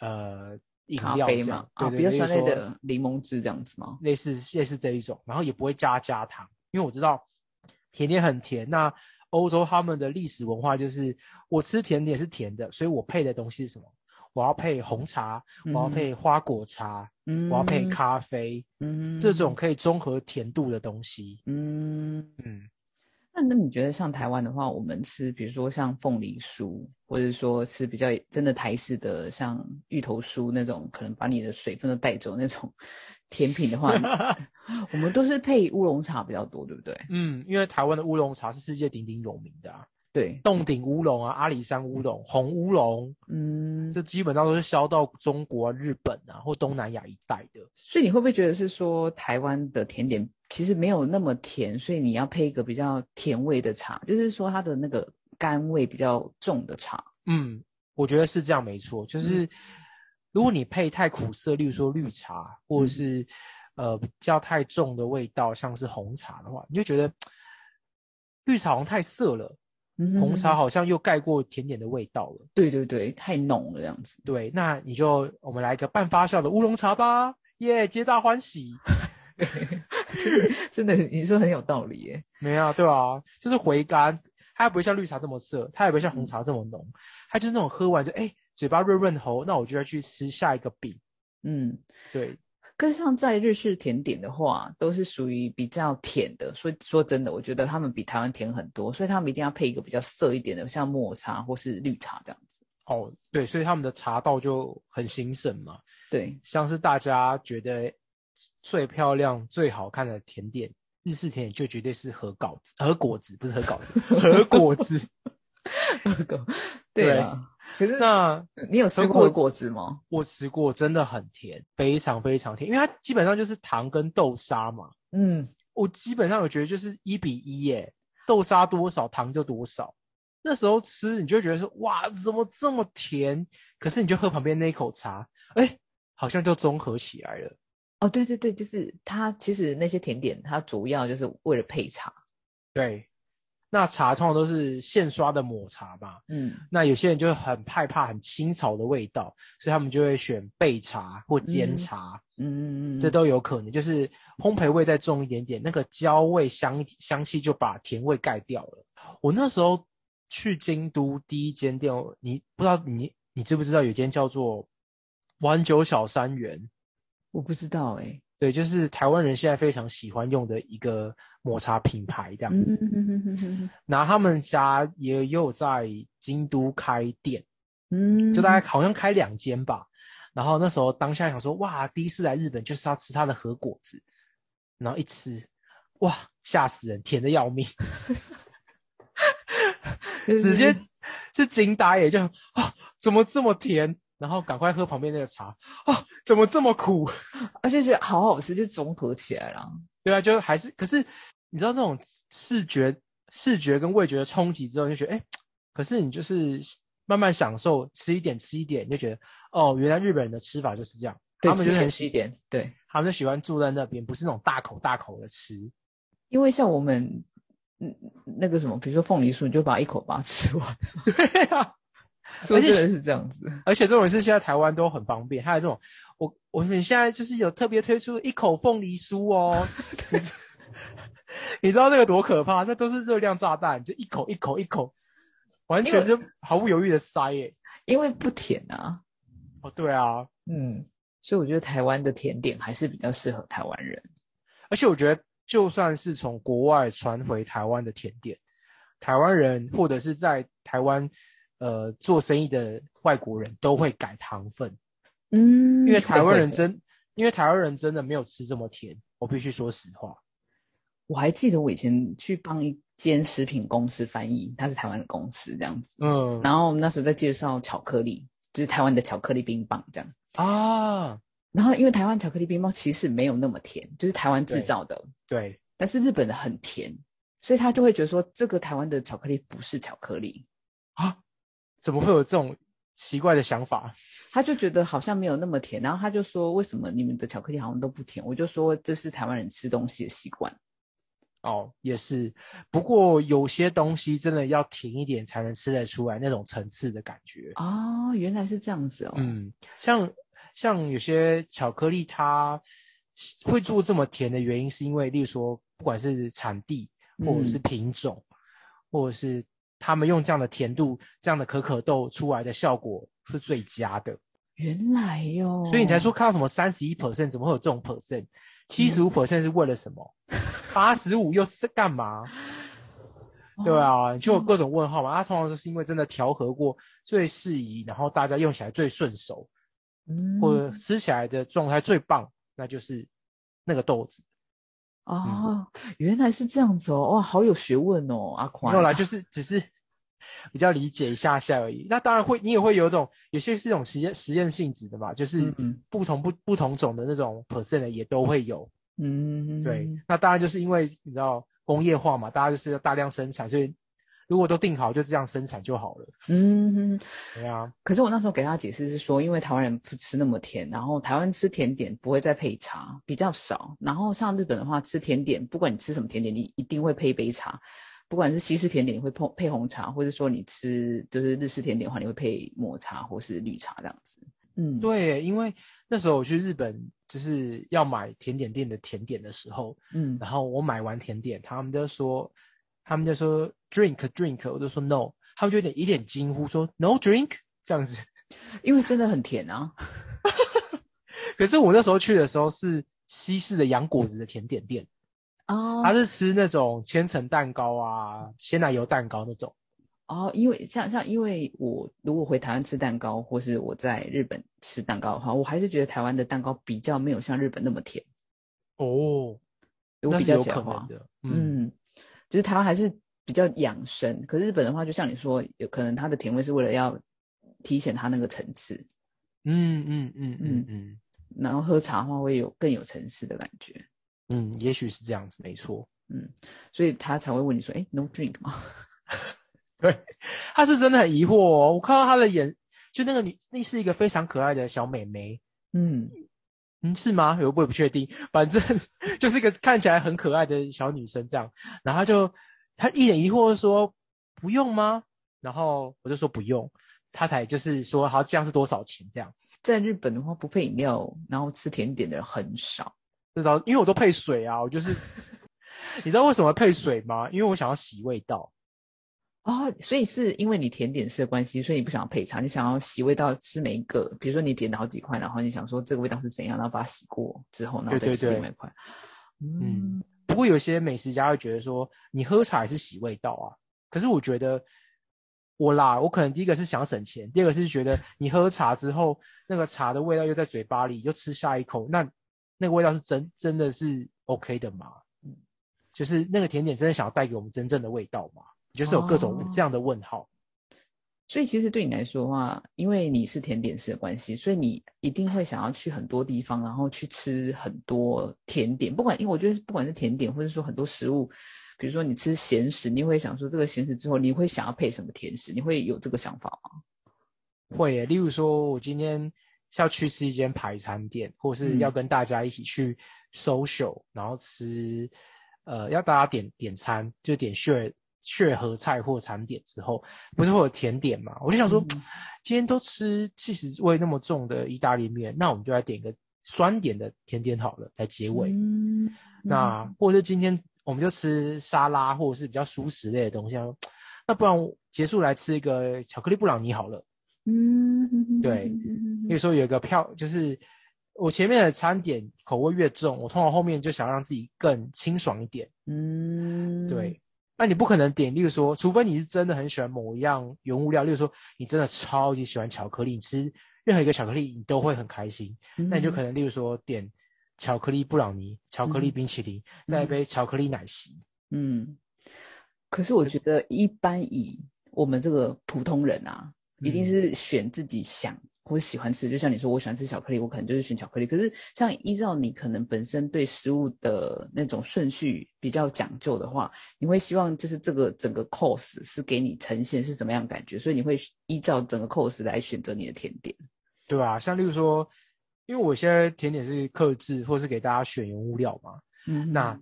[SPEAKER 2] 呃饮
[SPEAKER 1] 咖
[SPEAKER 2] 料这
[SPEAKER 1] 啡
[SPEAKER 2] 样
[SPEAKER 1] 嘛，，啊，
[SPEAKER 2] 对
[SPEAKER 1] 比较
[SPEAKER 2] 对
[SPEAKER 1] 酸
[SPEAKER 2] 就
[SPEAKER 1] 类
[SPEAKER 2] 是说
[SPEAKER 1] 的柠檬汁这样子吗？
[SPEAKER 2] 类似类似这一种，然后也不会加加糖，因为我知道甜点很甜。那欧洲他们的历史文化就是，我吃甜点是甜的，所以我配的东西是什么？我要配红茶，我要配花果茶，
[SPEAKER 1] 嗯，
[SPEAKER 2] 我要配咖啡，
[SPEAKER 1] 嗯，
[SPEAKER 2] 这种可以综合甜度的东西。
[SPEAKER 1] 嗯。
[SPEAKER 2] 嗯，
[SPEAKER 1] 那那你觉得像台湾的话，我们吃比如说像凤梨酥，或者说吃比较真的台式的像芋头酥那种，可能把你的水分都带走那种甜品的
[SPEAKER 2] [laughs]
[SPEAKER 1] 话，我们都是配乌龙茶比较多，对不对？
[SPEAKER 2] 嗯，因为台湾的乌龙茶是世界鼎鼎有名的啊，
[SPEAKER 1] 对，
[SPEAKER 2] 洞顶乌龙啊、阿里山乌龙、红乌龙，
[SPEAKER 1] 嗯，
[SPEAKER 2] 这基本上都是销到中国、日本啊或东南亚一带的。
[SPEAKER 1] 所以你会不会觉得是说台湾的甜点其实没有那么甜，所以你要配一个比较甜味的茶，就是说它的那个甘味比较重的茶，
[SPEAKER 2] 嗯，我觉得是这样没错，就是如果你配太苦涩，例如说绿茶，或者是、呃比较太重的味道，像是红茶的话，你就觉得绿茶好像太涩了，
[SPEAKER 1] 嗯哼
[SPEAKER 2] 红茶
[SPEAKER 1] 哼，
[SPEAKER 2] 好像又盖过甜点的味道了。
[SPEAKER 1] 对对对，太浓了这样子。 [laughs]
[SPEAKER 2] 对，那你就我们来一个半发酵的乌龙茶吧，耶，皆大欢喜。 [laughs]
[SPEAKER 1] 真的， [laughs] 你说很有道理耶。
[SPEAKER 2] 没有啊，对啊，就是回甘，它也不会像绿茶这么涩，它也不会像红茶这么浓，它就是那种喝完就哎、嘴巴润润喉，那我就要去吃下一个饼。
[SPEAKER 1] 嗯，
[SPEAKER 2] 对，
[SPEAKER 1] 可是像在日式甜点的话，都是属于比较甜的。所以说真的，我觉得他们比台湾甜很多，所以他们一定要配一个比较涩一点的，像抹茶或是绿茶这样子。
[SPEAKER 2] 哦，对，所以他们的茶道就很兴盛嘛， [laughs]
[SPEAKER 1] 对，
[SPEAKER 2] 像是大家觉得最漂亮、最好看的甜点，日式甜点就绝对是和稿子、和果子，不是和稿子，和
[SPEAKER 1] [laughs]
[SPEAKER 2] 果子。
[SPEAKER 1] 对啊。可是
[SPEAKER 2] 那
[SPEAKER 1] 你有吃
[SPEAKER 2] 喝
[SPEAKER 1] 过
[SPEAKER 2] 过
[SPEAKER 1] 的果汁吗？
[SPEAKER 2] 我吃过，真的很甜，非常非常甜，因为它基本上就是糖跟豆沙嘛。
[SPEAKER 1] 嗯，
[SPEAKER 2] 我基本上我觉得就是一比一耶，豆沙多少糖就多少。那时候吃你就会觉得说哇怎么这么甜，可是你就喝旁边那一口茶，哎，好像就综合起来了。
[SPEAKER 1] 哦，对对对，就是它其实那些甜点，它主要就是为了配茶。
[SPEAKER 2] 对，那茶通常都是现刷的抹茶嘛，
[SPEAKER 1] 嗯，
[SPEAKER 2] 那有些人就很害怕很青草的味道，所以他们就会选焙茶或煎茶，
[SPEAKER 1] 嗯嗯嗯，
[SPEAKER 2] 这都有可能。就是烘焙味再重一点点，那个焦味香香气就把甜味盖掉了。我那时候去京都第一间店，你不知道你你知不知道有间叫做丸九小三元？
[SPEAKER 1] 我不知道哎、
[SPEAKER 2] 对，就是台湾人现在非常喜欢用的一个抹茶品牌这样
[SPEAKER 1] 嗯
[SPEAKER 2] 子。
[SPEAKER 1] 嗯嗯嗯嗯
[SPEAKER 2] 然后他们家也有在京都开店。
[SPEAKER 1] 嗯，
[SPEAKER 2] 就大概好像开两间吧。然后那时候当下想说，哇，第一次来日本就是要吃它的和果子，然后一吃，哇，吓死人，甜的要命，
[SPEAKER 1] 嗯
[SPEAKER 2] 直接是惊呆耶，就啊，怎么这么甜？然后赶快喝旁边那个茶，啊，怎么这么苦？ [laughs]
[SPEAKER 1] 而且觉得好好吃，就综合起来了。
[SPEAKER 2] 对啊，就还是，可是你知道那种视觉、视觉跟味觉的冲击之后，你就觉得，哎，可是你就是慢慢享受，吃一点吃一点，你就觉得，哦，原来日本人的吃法就是这样，
[SPEAKER 1] 对
[SPEAKER 2] 他们就是
[SPEAKER 1] 吃
[SPEAKER 2] 很
[SPEAKER 1] 西
[SPEAKER 2] 喜
[SPEAKER 1] 点，对，
[SPEAKER 2] 他们就喜欢住在那边，不是那种大口大口的吃。 [laughs]
[SPEAKER 1] 因为像我们嗯那个什么，比如说凤梨酥，你就把一口把它吃完，
[SPEAKER 2] 对啊，
[SPEAKER 1] 说
[SPEAKER 2] 而
[SPEAKER 1] 真
[SPEAKER 2] 且
[SPEAKER 1] 的是这样子。
[SPEAKER 2] 而且这种是现在台湾都很方便，还有这种，我我们现在就是有特别推出一口凤梨酥哦，你知 [laughs] 你知道那个多可怕？那都是热量炸弹，就一口一口一口，完全就毫不犹豫的塞耶、
[SPEAKER 1] 因为不甜啊，
[SPEAKER 2] 哦，对啊，
[SPEAKER 1] 嗯，所以我觉得台湾的甜点还是比较适合台湾人。
[SPEAKER 2] 而且我觉得就算是从国外传回台湾的甜点，台湾人或者是在台湾呃做生意的外国人都会改糖分。
[SPEAKER 1] 嗯
[SPEAKER 2] 因为台
[SPEAKER 1] [laughs]
[SPEAKER 2] 湾人，真，因为台湾人真的没有吃这么甜，我必须说实话。
[SPEAKER 1] 我还记得我以前去帮一间食品公司翻译，它是台湾的公司这样子，
[SPEAKER 2] 嗯
[SPEAKER 1] 然后我们那时候在介绍巧克力，就是台湾的巧克力冰棒这样。
[SPEAKER 2] 啊，
[SPEAKER 1] 然后因为台湾巧克力冰棒其实没有那么甜，就是台湾制造的，
[SPEAKER 2] 对
[SPEAKER 1] 但是日本的很甜，所以他就会觉得说这个台湾的巧克力不是巧克力，
[SPEAKER 2] 啊，怎么会有这种奇怪的想法？
[SPEAKER 1] 他就觉得好像没有那么甜，然后他就说为什么你们的巧克力好像都不甜？我就说这是台湾人吃东西的习惯。
[SPEAKER 2] 哦，也是。不过有些东西真的要甜一点才能吃得出来那种层次的感觉。
[SPEAKER 1] 哦，原来是这样子哦。
[SPEAKER 2] 嗯，像像有些巧克力它会做这么甜的原因，是因为例如说，不管是产地或者是
[SPEAKER 1] 嗯
[SPEAKER 2] 品种，或者是他们用这样的甜度、这样的可可豆出来的效果是最佳的，
[SPEAKER 1] 原来哟、
[SPEAKER 2] 所以你才说看到什么三十一 percent 怎么会有这种 percent？七
[SPEAKER 1] 嗯
[SPEAKER 2] 十五 percent 是为了什么？八十五又是干嘛？对
[SPEAKER 1] 哦，
[SPEAKER 2] 啊，就有各种问号嘛。它通常就是因为真的调和过最适宜，然后大家用起来最顺手，
[SPEAKER 1] 嗯
[SPEAKER 2] 或者吃起来的状态最棒，那就是那个豆子。
[SPEAKER 1] 哦，原来是这样子哦，哇，好有学问哦，阿宽。
[SPEAKER 2] 嗯没有啦，就是只是比较理解一下下而已。那当然会，你也会有一种有些是一种实验实验性质的嘛，就是
[SPEAKER 1] 嗯
[SPEAKER 2] 不同不不同种的那种 percent 的也都会有。
[SPEAKER 1] 嗯，
[SPEAKER 2] 对，那当然就是因为你知道工业化嘛，大家就是要大量生产，所以如果都定好就这样生产就好了。
[SPEAKER 1] 嗯，
[SPEAKER 2] 对啊，
[SPEAKER 1] 可是我那时候给他解释是说，因为台湾人不吃那么甜，然后台湾吃甜点不会再配茶，比较少。然后像日本的话，吃甜点，不管你吃什么甜点，你一定会配一杯茶。不管是西式甜点，你会碰配红茶，或者说你吃就是日式甜点的话，你会配抹茶或是绿茶这样子。嗯，
[SPEAKER 2] 对，因为那时候我去日本就是要买甜点店的甜点的时候，
[SPEAKER 1] 嗯，
[SPEAKER 2] 然后我买完甜点，他们就说，他们就说 drink drink，我就说 no，他们就有点一脸惊呼说 no drink 这样子。 [laughs]
[SPEAKER 1] 因为真的很甜啊。
[SPEAKER 2] 可是我那时候去的时候是西式的洋果子的甜点店，
[SPEAKER 1] 哦，
[SPEAKER 2] 它是吃那种千层蛋糕啊、鲜奶油蛋糕那种。
[SPEAKER 1] 哦，因为像像因为我如果回台湾吃蛋糕，或是我在日本吃蛋糕的话，我还是觉得台湾的蛋糕比较没有像日本那么甜。
[SPEAKER 2] 哦，
[SPEAKER 1] 我
[SPEAKER 2] 那
[SPEAKER 1] 比
[SPEAKER 2] 是
[SPEAKER 1] 较
[SPEAKER 2] 有
[SPEAKER 1] 喜欢
[SPEAKER 2] 可
[SPEAKER 1] 花
[SPEAKER 2] 能，的。嗯，
[SPEAKER 1] 嗯，就是台湾还是比较养生，可是日本的话，就像你说，有可能它的甜味是为了要提显它那个层次，
[SPEAKER 2] 嗯嗯嗯
[SPEAKER 1] 嗯
[SPEAKER 2] 嗯嗯
[SPEAKER 1] 然后喝茶的话会有更有层次的感觉，
[SPEAKER 2] 嗯，也许是这样子，没错。 [laughs]
[SPEAKER 1] 所以他才会问你说，哎，no drink 吗？ [laughs]
[SPEAKER 2] 对，他是真的很疑惑哦。我看到他的眼，就那个你，那是一个非常可爱的小美眉，
[SPEAKER 1] 嗯，
[SPEAKER 2] 嗯，是吗？我 [laughs] 我也不确定，反正就是一个看起来很可爱的小女生这样。然后她就他一脸疑惑地说不用吗？然后我就说不用，他才就是说好这样是多少钱这样。
[SPEAKER 1] 在日本的话，不配饮料，然后吃甜点的人很少。
[SPEAKER 2] 知道，因为我都配水啊，我就是 [laughs] 你知道为什么配水吗？因为我想要洗味道。
[SPEAKER 1] 哦，所以是因为你甜点师的关系，所以你不想要配茶，你想要洗味道，吃每一个。比如说你点了好几块，然后你想说这个味道是怎样，然后把它洗过之后，然后再
[SPEAKER 2] 对对
[SPEAKER 1] 吃
[SPEAKER 2] 对
[SPEAKER 1] 另外一块。
[SPEAKER 2] 嗯
[SPEAKER 1] 嗯，
[SPEAKER 2] 不过有些美食家会觉得说，你喝茶也是洗味道啊。可是我觉得我啦，我可能第一个是想省钱，第二个是觉得你喝茶之后，那个茶的味道又在嘴巴里，又吃下一口，那那个味道是真真的是 OK 的吗？
[SPEAKER 1] 嗯
[SPEAKER 2] 就是那个甜点真的想要带给我们真正的味道吗？就是有各
[SPEAKER 1] 哦
[SPEAKER 2] 种这样的问号。
[SPEAKER 1] 所以其实对你来说的话，因为你是甜点师的关系，所以你一定会想要去很多地方，然后去吃很多甜点。不管，因为我觉得不管是甜点，或者说很多食物，比如说你吃咸食，你会想说这个咸食之后，你会想要配什么甜食？你会有这个想法吗？
[SPEAKER 2] 会耶，例如说我今天要去吃一间排餐店，或是
[SPEAKER 1] 嗯
[SPEAKER 2] 要跟大家一起去 social，、然后吃，呃，要大家点点餐，就点血血和菜或餐点之后，不是会有甜点嘛？我就想说，
[SPEAKER 1] 嗯
[SPEAKER 2] 今天都吃气实味那么重的意大利面，那我们就来点一个酸点的甜点好了，来结尾。
[SPEAKER 1] 嗯，
[SPEAKER 2] 那或者是今天我们就吃沙拉，或者是比较舒适类的东西啊。那不然结束来吃一个巧克力布朗尼好了。
[SPEAKER 1] 嗯，
[SPEAKER 2] 对
[SPEAKER 1] 嗯，
[SPEAKER 2] 比如说有一个票，就是我前面的餐点口味越重，我通常后面就想让自己更清爽一点。
[SPEAKER 1] 嗯，
[SPEAKER 2] 对，，那你不可能点，例如说，除非你是真的很喜欢某一样原物料，例如说你真的超级喜欢巧克力，你吃任何一个巧克力你都会很开心，
[SPEAKER 1] 嗯
[SPEAKER 2] 那你就可能例如说点巧克力布朗尼、巧克力
[SPEAKER 1] 嗯
[SPEAKER 2] 冰淇淋，再一杯巧克力奶昔。
[SPEAKER 1] 嗯，可是我觉得一般以我们这个普通人啊，一定
[SPEAKER 2] 嗯
[SPEAKER 1] 是选自己想或者喜欢吃。就像你说，我喜欢吃巧克力，我可能就是选巧克力。可是像依照你可能本身对食物的那种顺序比较讲究的话，你会希望就是这个整个 course 是给你呈现是怎么样的感觉，所以你会依照整个 course 来选择你的甜点。
[SPEAKER 2] 对啊，像例如说，因为我现在甜点是克制，或是给大家选原物料嘛，
[SPEAKER 1] 嗯
[SPEAKER 2] 那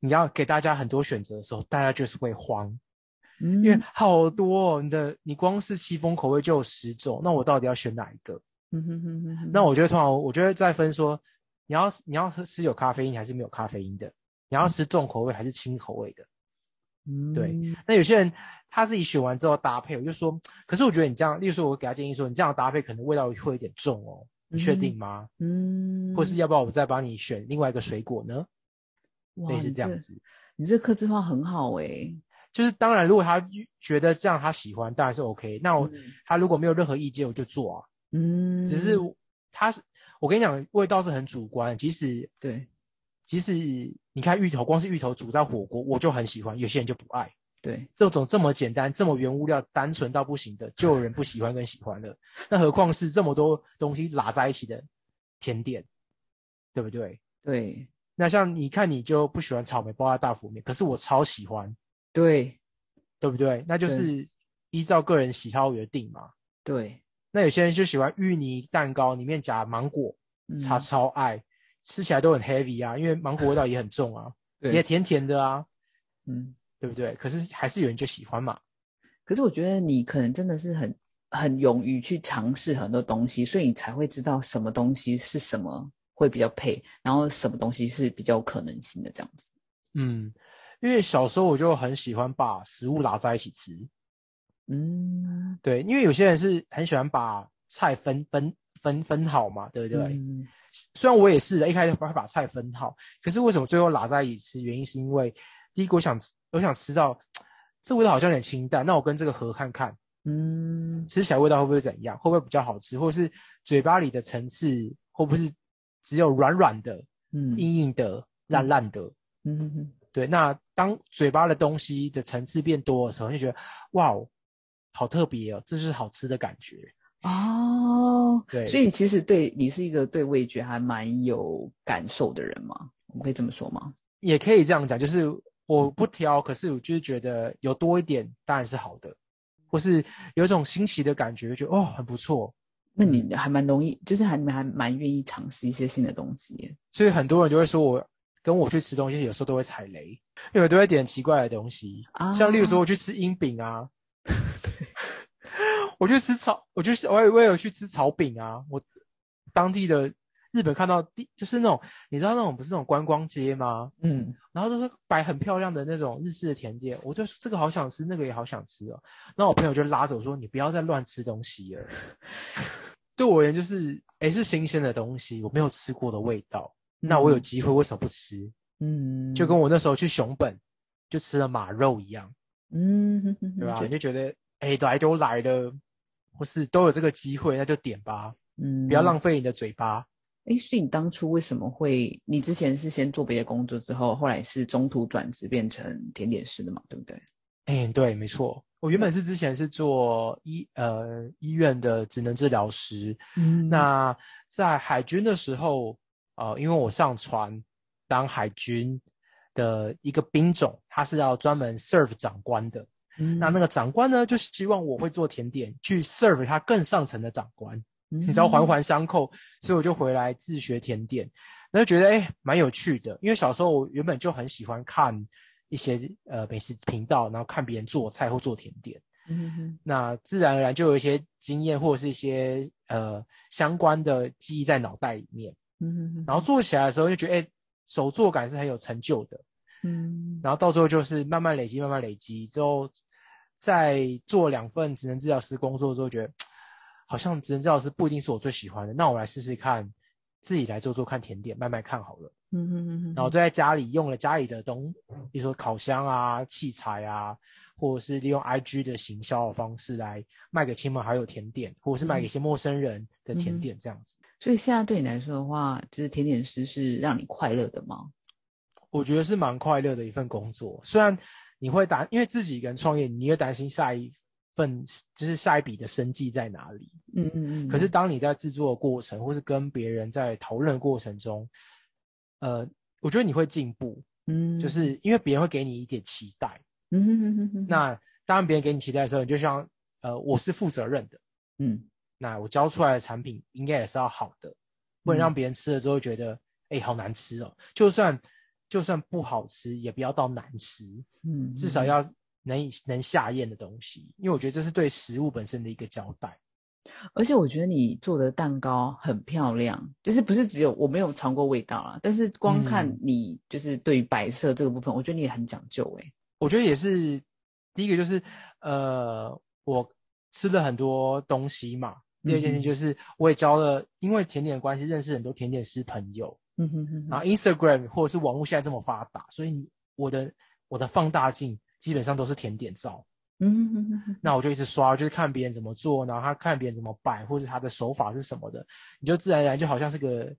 [SPEAKER 2] 你要给大家很多选择的时候，大家就是会慌，
[SPEAKER 1] 因
[SPEAKER 2] 因为好多、哦、你的你光是戚风口味就有十种，那我到底要选哪一个？
[SPEAKER 1] 嗯哼哼哼哼，
[SPEAKER 2] 那我觉得通常我觉得再分说，你要你要喝吃有咖啡因还是没有咖啡因的，你要吃重口味还是轻口味的。对
[SPEAKER 1] 嗯
[SPEAKER 2] 那有些人他自己选完之后搭配，我就说，可是我觉得你这样，例如说我给他建议说，你这样搭配可能味道会有点重哦，你确定吗？
[SPEAKER 1] 嗯，
[SPEAKER 2] 或是要不要我再帮你选另外一个水果呢？
[SPEAKER 1] 嗯哇
[SPEAKER 2] 类似
[SPEAKER 1] 你
[SPEAKER 2] 这样子。
[SPEAKER 1] 你这客制化很好欸诶。
[SPEAKER 2] 就是当然，如果他觉得这样他喜欢，当然是 OK。那我、
[SPEAKER 1] 嗯
[SPEAKER 2] 他如果没有任何意见，我就做啊。
[SPEAKER 1] 嗯，
[SPEAKER 2] 只是他是，我跟你讲，味道是很主观。即使
[SPEAKER 1] 对
[SPEAKER 2] 即使你看芋头，光是芋头煮到火锅，我就很喜欢，有些人就不爱。
[SPEAKER 1] 对，
[SPEAKER 2] 这种这么简单、这么原物料单纯到不行的，就有人不喜欢跟喜欢了。那何况是这么多东西拉在一起的甜点，对不对？
[SPEAKER 1] 对
[SPEAKER 2] 那像你看，你就不喜欢草莓包在大福面，可是我超喜欢。
[SPEAKER 1] 对
[SPEAKER 2] 对不对？那就
[SPEAKER 1] 对
[SPEAKER 2] 是依照个人喜好而定嘛。
[SPEAKER 1] 对，
[SPEAKER 2] 那有些人就喜欢芋泥蛋糕，里面夹芒果，
[SPEAKER 1] 嗯
[SPEAKER 2] 他超爱，吃起来都很 heavy 啊，因为芒果味道也很重啊，也
[SPEAKER 1] 对，
[SPEAKER 2] 甜甜的啊，
[SPEAKER 1] 嗯。
[SPEAKER 2] 对不对？可是还是有人就喜欢嘛。
[SPEAKER 1] 可是我觉得你可能真的是很很勇于去尝试很多东西，所以你才会知道什么东西是什么会比较配，然后什么东西是比较有可能性的这样子。
[SPEAKER 2] 嗯，因为小时候我就很喜欢把食物拿在一起吃，
[SPEAKER 1] 嗯，
[SPEAKER 2] 对，因为有些人是很喜欢把菜分分分分好嘛，对不啊对？
[SPEAKER 1] 嗯
[SPEAKER 2] 虽然我也是的，一开始会把菜分好，可是为什么最后拉在一起吃？原因是因为第一个我想吃，我想吃到这味道好像有点清淡，那我跟这个合看看，
[SPEAKER 1] 嗯
[SPEAKER 2] 吃起来味道会不会怎样？会不会比较好吃？或是嘴巴里的层次会不会是只有软软的、
[SPEAKER 1] 嗯
[SPEAKER 2] 硬硬的、烂烂的？
[SPEAKER 1] 嗯哼哼
[SPEAKER 2] 对，那当嘴巴的东西的层次变多的时候，你就觉得哇哦，好特别哦，这就是好吃的感觉。
[SPEAKER 1] 哦，
[SPEAKER 2] 对
[SPEAKER 1] 所以其实对你是一个对味觉还蛮有感受的人嘛，我们可以这么说吗？
[SPEAKER 2] 也可以这样讲，就是我不挑，可是我就是觉得有多一点当然是好的，或是有一种新奇的感觉，觉得哦很不错。
[SPEAKER 1] 那你
[SPEAKER 2] 嗯
[SPEAKER 1] 还蛮容易，就是还蛮还蛮愿意尝试一些新的东西耶。
[SPEAKER 2] 所以很多人就会说我跟我去吃东西有时候都会踩雷，因为都会点奇怪的东西，
[SPEAKER 1] 啊，
[SPEAKER 2] 像例如说我去吃樱饼啊， [laughs] 我去吃草，我就是我也我也有去吃草饼啊，我当地的日本看到第就是那种你知道那种不是那种观光街吗？
[SPEAKER 1] 嗯，
[SPEAKER 2] 然后就是摆很漂亮的那种日式的甜点，我就说这个好想吃，那个也好想吃哦。那我朋友就拉着我说：“你不要再乱吃东西了。” [laughs] 对我而言就是，诶，是新鲜的东西，我没有吃过的味道，那我有机会为什么不吃？
[SPEAKER 1] 嗯嗯，嗯，
[SPEAKER 2] 就跟我那时候去熊本就吃了马肉一样，
[SPEAKER 1] 嗯，哼哼哼
[SPEAKER 2] 对吧？你
[SPEAKER 1] 就
[SPEAKER 2] 就觉得，诶，来都来了，或是都有这个机会，那就点吧，
[SPEAKER 1] 嗯，
[SPEAKER 2] 不要浪费你的嘴巴。
[SPEAKER 1] 哎，所以你当初为什么会？你之前是先做别的工作，之后后来是中途转职变成甜点师的嘛，对不对？
[SPEAKER 2] 哎、对，没错。我原本是之前是做医呃医院的职能治疗师，
[SPEAKER 1] 嗯
[SPEAKER 2] 那在海军的时候，呃，因为我上船当海军的一个兵种，他是要专门 serve 长官的。那那
[SPEAKER 1] 个
[SPEAKER 2] 个长官呢，就希望我会做甜点，去 serve 他更上层的长官，
[SPEAKER 1] 嗯
[SPEAKER 2] 你知道环环相扣，所以我就回来自学甜点，那就觉得哎蛮有趣的，因为小时候我原本就很喜欢看一些呃美食频道，然后看别人做菜或做甜点。
[SPEAKER 1] 嗯哼
[SPEAKER 2] 那自然而然就有一些经验或者是一些呃相关的记忆在脑袋里面，
[SPEAKER 1] 嗯哼哼，
[SPEAKER 2] 然后做起来的时候就觉得，哎、手作感是很有成就的。
[SPEAKER 1] 嗯
[SPEAKER 2] 然后到最后就是慢慢累积，慢慢累积之后，在做两份职能治疗师工作之后，觉得好像职能治疗师不一定是我最喜欢的，那我来试试看，自己来做做看甜点，慢慢看好了。
[SPEAKER 1] 嗯哼哼哼，
[SPEAKER 2] 然后就在家里用了家里的东，比如说烤箱啊、器材啊，或者是利用 IG 的行销的方式来卖给亲朋好友甜点，或者是卖
[SPEAKER 1] 嗯
[SPEAKER 2] 给一些陌生人的甜点这样子。
[SPEAKER 1] 所以现在对你来说的话，就是甜点师是让你快乐的吗？
[SPEAKER 2] 我觉得是蛮快乐的一份工作，虽然你会担，因为自己一个人创业，你会担心下一份就是下一笔的生计在哪里。
[SPEAKER 1] 嗯嗯嗯。
[SPEAKER 2] 可是当你在制作的过程，或是跟别人在讨论的过程中，呃，我觉得你会进步，
[SPEAKER 1] 嗯，
[SPEAKER 2] 就是因为别人会给你一点期待。
[SPEAKER 1] 嗯哼哼哼哼，
[SPEAKER 2] 那当然，别人给你期待的时候，你就像呃，我是负责任的，
[SPEAKER 1] 嗯
[SPEAKER 2] 那我教出来的产品应该也是要好的，不能
[SPEAKER 1] 嗯
[SPEAKER 2] 让别人吃了之后觉得，哎、好难吃哦。就算就算不好吃，也不要到难吃，
[SPEAKER 1] 嗯，
[SPEAKER 2] 至少要能以能下咽的东西，因为我觉得这是对食物本身的一个交代。
[SPEAKER 1] 而且我觉得你做的蛋糕很漂亮，就是不是只有我没有尝过味道啦，但是光看
[SPEAKER 2] 嗯
[SPEAKER 1] 你就是对于摆设这个部分，我觉得你也很讲究哎、
[SPEAKER 2] 我觉得也是第一个就是，呃，我吃了很多东西嘛。第二件
[SPEAKER 1] 嗯
[SPEAKER 2] 事
[SPEAKER 1] 哼
[SPEAKER 2] 就是，我也交了，因为甜点的关系，认识很多甜点师朋友。
[SPEAKER 1] 嗯哼哼
[SPEAKER 2] 然
[SPEAKER 1] 哼，
[SPEAKER 2] 后 Instagram 或者是网络现在这么发达，所以你我的我的放大镜基本上都是甜点照。
[SPEAKER 1] 嗯哼哼哼，
[SPEAKER 2] 那我就一直刷，就是看别人怎么做，然后他看别人怎么摆，或是他的手法是什么的，你就自然而然就好像是个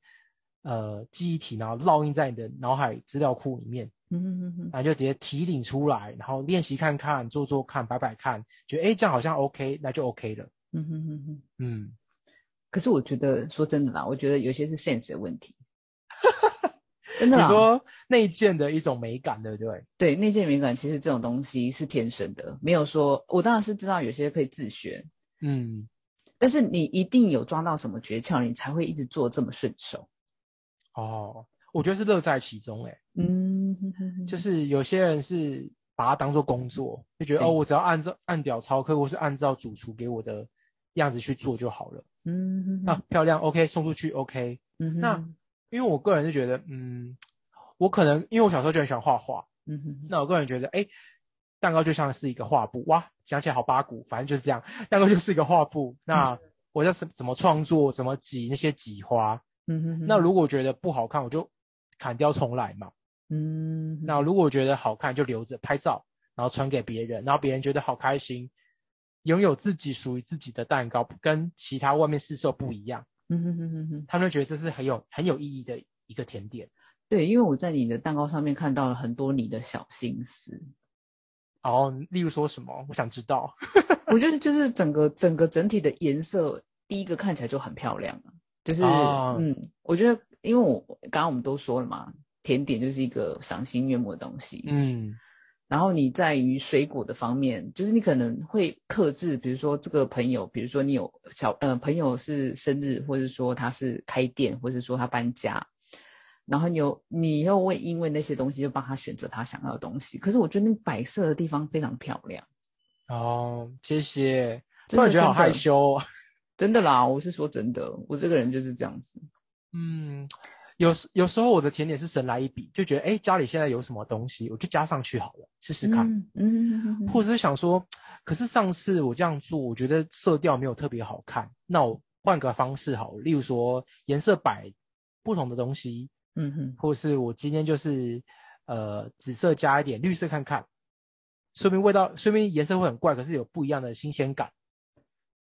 [SPEAKER 2] 呃记忆体，然后烙印在你的脑海资料库里面，
[SPEAKER 1] 嗯哼哼哼，
[SPEAKER 2] 然后就直接提领出来，然后练习看看，做做看，摆摆看，觉得诶这样好像 OK，那就 OK 了。
[SPEAKER 1] 嗯哼哼哼。
[SPEAKER 2] 嗯，
[SPEAKER 1] 可是我觉得说真的啦，我觉得有些是 sense 的问
[SPEAKER 2] [laughs]
[SPEAKER 1] 题，真的啊啦。
[SPEAKER 2] 你说内建的一种美感，对不对？
[SPEAKER 1] 对内建敏感，其实这种东西是天生的，没有说我当然是知道有些可以自学，
[SPEAKER 2] 嗯，
[SPEAKER 1] 但是你一定有抓到什么诀窍，你才会一直做这么顺手。
[SPEAKER 2] 哦，我觉得是乐在其中、欸，
[SPEAKER 1] 嗯，哼哼哼
[SPEAKER 2] 就是有些人是把它当做工作，就觉得
[SPEAKER 1] 对
[SPEAKER 2] 哦，我只要按照按表操课，或是按照主厨给我的样子去做就好了。
[SPEAKER 1] 嗯哼哼
[SPEAKER 2] 啊，漂亮，OK，送出去，OK。
[SPEAKER 1] 嗯哼
[SPEAKER 2] 那
[SPEAKER 1] 哼
[SPEAKER 2] 因为我个人是觉得，嗯，我可能因为我小时候就很喜欢画画，
[SPEAKER 1] 嗯哼
[SPEAKER 2] 那我个人觉得，哎，蛋糕就像是一个画布，哇，讲起来好八股，反正就是这样，蛋糕就是一个画布。
[SPEAKER 1] 嗯
[SPEAKER 2] 那我要怎怎么创作，怎么挤那些挤花？
[SPEAKER 1] 嗯哼哼，
[SPEAKER 2] 那如果觉得不好看，我就砍掉重来嘛。
[SPEAKER 1] 嗯哼
[SPEAKER 2] 那如果我觉得好看，就留着拍照，然后传给别人，然后别人觉得好开心，拥有自己属于自己的蛋糕，跟其他外面市售不一样，
[SPEAKER 1] 嗯哼哼哼哼，
[SPEAKER 2] 他们就觉得这是很有很有意义的一个甜点。
[SPEAKER 1] 对，因为我在你的蛋糕上面看到了很多你的小心思，
[SPEAKER 2] 然后，例如说什么，我想知道。
[SPEAKER 1] 我觉得就是整个整个整体的颜色，第一个看起来就很漂亮啊就是、
[SPEAKER 2] 哦
[SPEAKER 1] 嗯，我觉得因为我刚刚我们都说了嘛，甜点就是一个赏心悦目的东西，
[SPEAKER 2] 嗯
[SPEAKER 1] 然后你在于水果的方面，就是你可能会克制，比如说这个朋友，比如说你有小呃朋友是生日，或者说他是开店，或者说他搬家，然后你又你又会因为那些东西就帮他选择他想要的东西。可是我觉得那个摆设的地方非常漂亮，
[SPEAKER 2] 哦，谢谢。突
[SPEAKER 1] 真的
[SPEAKER 2] 然觉得好
[SPEAKER 1] 真的
[SPEAKER 2] 害羞、哦。 [laughs]
[SPEAKER 1] 真的啦，我是说真的，我这个人就是这样子。
[SPEAKER 2] 嗯，有时有时候我的甜点是神来一笔，就觉得哎、诶家里现在有什么东西，我就加上去好了，试试看。
[SPEAKER 1] 嗯嗯嗯
[SPEAKER 2] 或者是想说，可是上次我这样做，我觉得色调没有特别好看，那我换个方式好了，例如说颜色摆不同的东西，
[SPEAKER 1] 嗯嗯
[SPEAKER 2] 或是我今天就是呃紫色加一点绿色看看，说明味道，说明颜色会很怪，可是有不一样的新鲜感。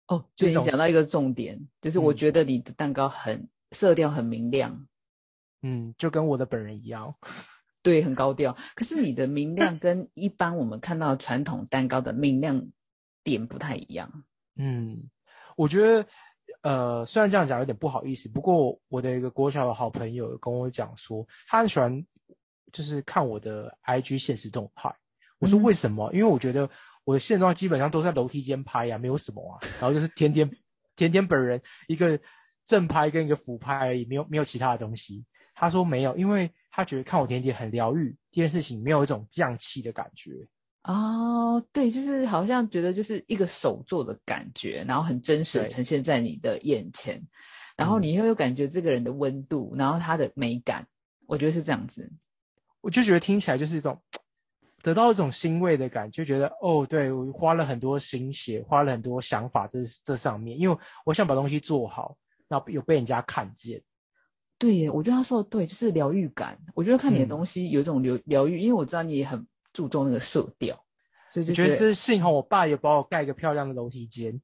[SPEAKER 1] 哦，
[SPEAKER 2] 这
[SPEAKER 1] 对你
[SPEAKER 2] 种
[SPEAKER 1] 讲到一个重点，就是我
[SPEAKER 2] 嗯
[SPEAKER 1] 觉得你的蛋糕很、色调很明亮，
[SPEAKER 2] 嗯，就跟我的本人一样。
[SPEAKER 1] 对，很高调。可是你的明亮跟一般我们看到传统蛋糕的明亮点不太一样。
[SPEAKER 2] 嗯，我觉得，呃，虽然这样讲有点不好意思，不过我的一个国小的好朋友跟我讲说，他很喜欢就是看我的 IG 现实动态。我说
[SPEAKER 1] 嗯
[SPEAKER 2] 为什么？因为我觉得我的现实动态基本上都是在楼梯间拍呀、没有什么啊。然后就是甜甜甜甜本人一个正拍跟一个俯拍而已，没有没有其他的东西。他说没有，因为他觉得看我甜甜很疗愈，这件事情没有一种降气的感觉。
[SPEAKER 1] 哦，对，就是好像觉得就是一个手做的感觉，然后很真实地
[SPEAKER 2] 对
[SPEAKER 1] 呈现在你的眼前，然后
[SPEAKER 2] 嗯
[SPEAKER 1] 你又有感觉这个人的温度，然后他的美感，我觉得是这样子。
[SPEAKER 2] 我就觉得听起来就是一种得到一种欣慰的感觉，就觉得哦，对我花了很多心血，花了很多想法这这上面，因为我想把东西做好，那有被人家看见。
[SPEAKER 1] 对耶，我觉得他说的对，就是疗愈感。我觉得看你的
[SPEAKER 2] 嗯
[SPEAKER 1] 东西有一种疗疗愈，因为我知道你也很注重那个色调，所以
[SPEAKER 2] 我
[SPEAKER 1] 就
[SPEAKER 2] 觉
[SPEAKER 1] 觉
[SPEAKER 2] 得
[SPEAKER 1] 得
[SPEAKER 2] 这幸好我爸也把我盖一个漂亮的楼梯间，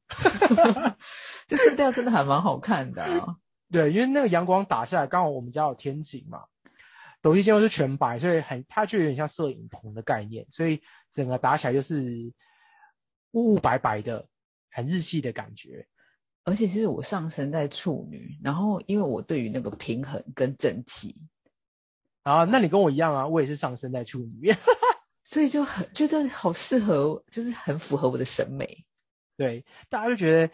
[SPEAKER 1] 这色调真的还蛮好看的啊、
[SPEAKER 2] 对，因为那个阳光打下来，刚好我们家有天井嘛，楼梯间又是全白，所以很它就有点像摄影棚的概念，所以整个打起来就是雾雾白白的，很日系的感觉。
[SPEAKER 1] 而且其实我上升在处女，然后因为我对于那个平衡跟整齐，
[SPEAKER 2] 啊，那你跟我一样啊，我也是上升在处女。
[SPEAKER 1] 所以就很觉得好适合，就是很符合我的审美。
[SPEAKER 2] 对，大家就觉得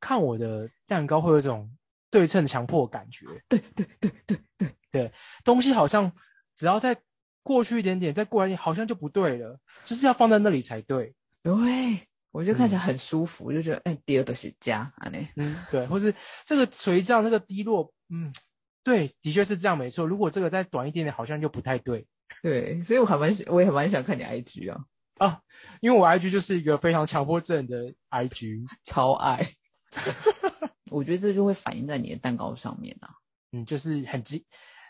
[SPEAKER 2] 看我的蛋糕会有一种对称强迫感觉，
[SPEAKER 1] 对对对对对，
[SPEAKER 2] 东西好像只要再过去一点点，再过来一点，好像就不对了，就是要放在那里才对。
[SPEAKER 1] 对我就看起来很舒服，我就觉得哎，第二个是家啊呢。
[SPEAKER 2] 嗯，对，或是这个垂降这个低落，嗯，对，的确是这样，没错。如果这个再短一点点，好像就不太对
[SPEAKER 1] 对，所以我还蛮我也还蛮想看你 IG 啊，
[SPEAKER 2] 啊，因为我 IG 就是一个非常强迫症的 IG，
[SPEAKER 1] 超爱。我觉得这就会反映在你的蛋糕上面啊，
[SPEAKER 2] 嗯，就是很急，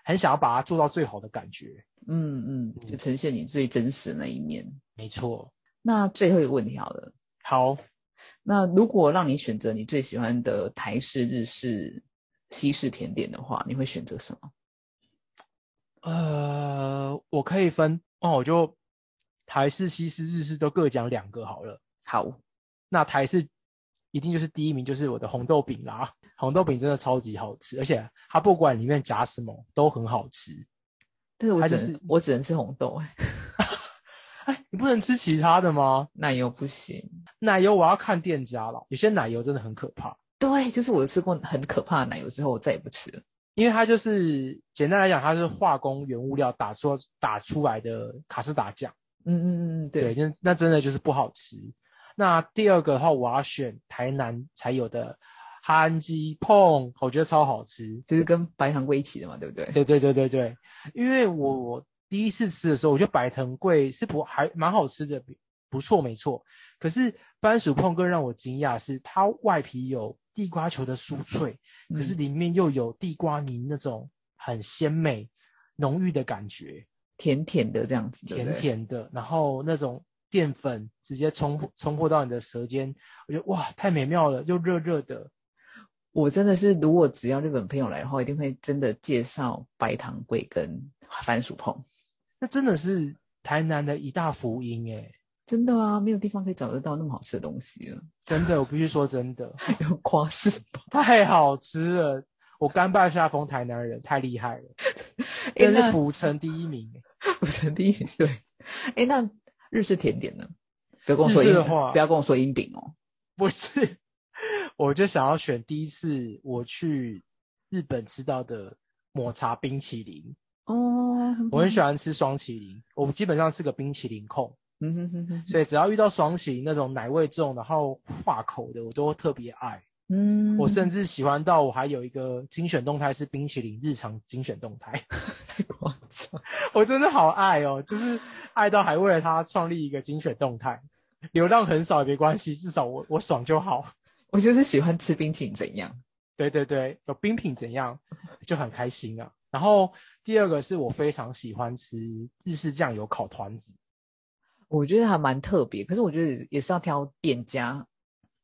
[SPEAKER 2] 很想要把它做到最好的感觉，
[SPEAKER 1] 嗯嗯，就呈现你最真实的那一面。
[SPEAKER 2] 没错。
[SPEAKER 1] 那最后一个问题好了，
[SPEAKER 2] 好，
[SPEAKER 1] 那如果让你选择你最喜欢的台式、日式、西式甜点的话，你会选择什么？
[SPEAKER 2] 呃，我可以分，那我就台式、西式、日式都各讲两个好了。
[SPEAKER 1] 好，
[SPEAKER 2] 那台式一定就是第一名，就是我的红豆饼啦。红豆饼真的超级好吃，而且它不管里面夹什么都很好吃。
[SPEAKER 1] 但是我
[SPEAKER 2] 它
[SPEAKER 1] 只
[SPEAKER 2] 就
[SPEAKER 1] 能、
[SPEAKER 2] 是
[SPEAKER 1] 我只能吃红豆、哎， [laughs]
[SPEAKER 2] 哎，你不能吃其他的吗？
[SPEAKER 1] 奶油不行。
[SPEAKER 2] 奶油我要看店家了，有些奶油真的很可怕，
[SPEAKER 1] 对，就是我吃过很可怕的奶油之后，我再也不吃了。
[SPEAKER 2] 因为它就是简单来讲，它是化工原物料打出打出来的卡士达酱。
[SPEAKER 1] 嗯嗯嗯，
[SPEAKER 2] 对，
[SPEAKER 1] 对，
[SPEAKER 2] 那那真的就是不好吃。那第二个的话，我要选台南才有的憨鸡碰，我觉得超好吃。
[SPEAKER 1] 就是跟白糖桂一起的嘛，对不对？
[SPEAKER 2] 对对对对对，因为我我第一次吃的时候，我觉得百藤桂是不还蛮好吃的，不不错没错。可是番薯碰更让我惊讶的是，它外皮有地瓜球的酥脆，可是
[SPEAKER 1] 嗯
[SPEAKER 2] 里面又有地瓜泥那种很鲜美浓郁的感觉。
[SPEAKER 1] 甜甜的这样子，对不
[SPEAKER 2] 甜
[SPEAKER 1] 对？
[SPEAKER 2] 甜的，然后那种淀粉直接冲冲破到你的舌尖，我觉得哇，太美妙了，又热热的。
[SPEAKER 1] 我真的是，如果只要日本朋友来的话，一定会真的介绍白糖桂跟番薯碰。
[SPEAKER 2] 那真的是台南的一大福音欸诶，
[SPEAKER 1] 真的啊，没有地方可以找得到那么好吃的东西了， [laughs]
[SPEAKER 2] 真的，我必须说真的，
[SPEAKER 1] 有夸饰吧？
[SPEAKER 2] 太好吃了，我甘拜下风，台南人太厉害了，
[SPEAKER 1] 哎
[SPEAKER 2] 真
[SPEAKER 1] 那
[SPEAKER 2] 是普城第一名。欸
[SPEAKER 1] 不是第一 [laughs] 对。哎，那日式甜点呢？不要跟我说
[SPEAKER 2] 日式
[SPEAKER 1] 阴
[SPEAKER 2] 的
[SPEAKER 1] 饼，
[SPEAKER 2] 话
[SPEAKER 1] 不要跟我说阴饼哦。
[SPEAKER 2] 不是，我就想要选第一次我去日本吃到的抹茶冰淇淋。
[SPEAKER 1] 哦，
[SPEAKER 2] 我很喜欢吃双淇淋，我基本上是个冰淇淋控，
[SPEAKER 1] 嗯哼哼哼，
[SPEAKER 2] 所以只要遇到双淇淋那种奶味重，然后化口的，我都特别爱。
[SPEAKER 1] 嗯，
[SPEAKER 2] 我甚至喜欢到我还有一个精选动态是冰淇淋日常精选动态，
[SPEAKER 1] 太夸张，
[SPEAKER 2] 我真的好爱哦，就是爱到还为了它创立一个精选动态。流量很少也没关系，至少我我爽就好。
[SPEAKER 1] 我就是喜欢吃冰淇淋怎样？
[SPEAKER 2] 对对对，有冰品怎样就很开心啊。然后第二个是我非常喜欢吃日式酱油烤团子
[SPEAKER 1] 我觉得还蛮特别，可是我觉得也是要挑店家，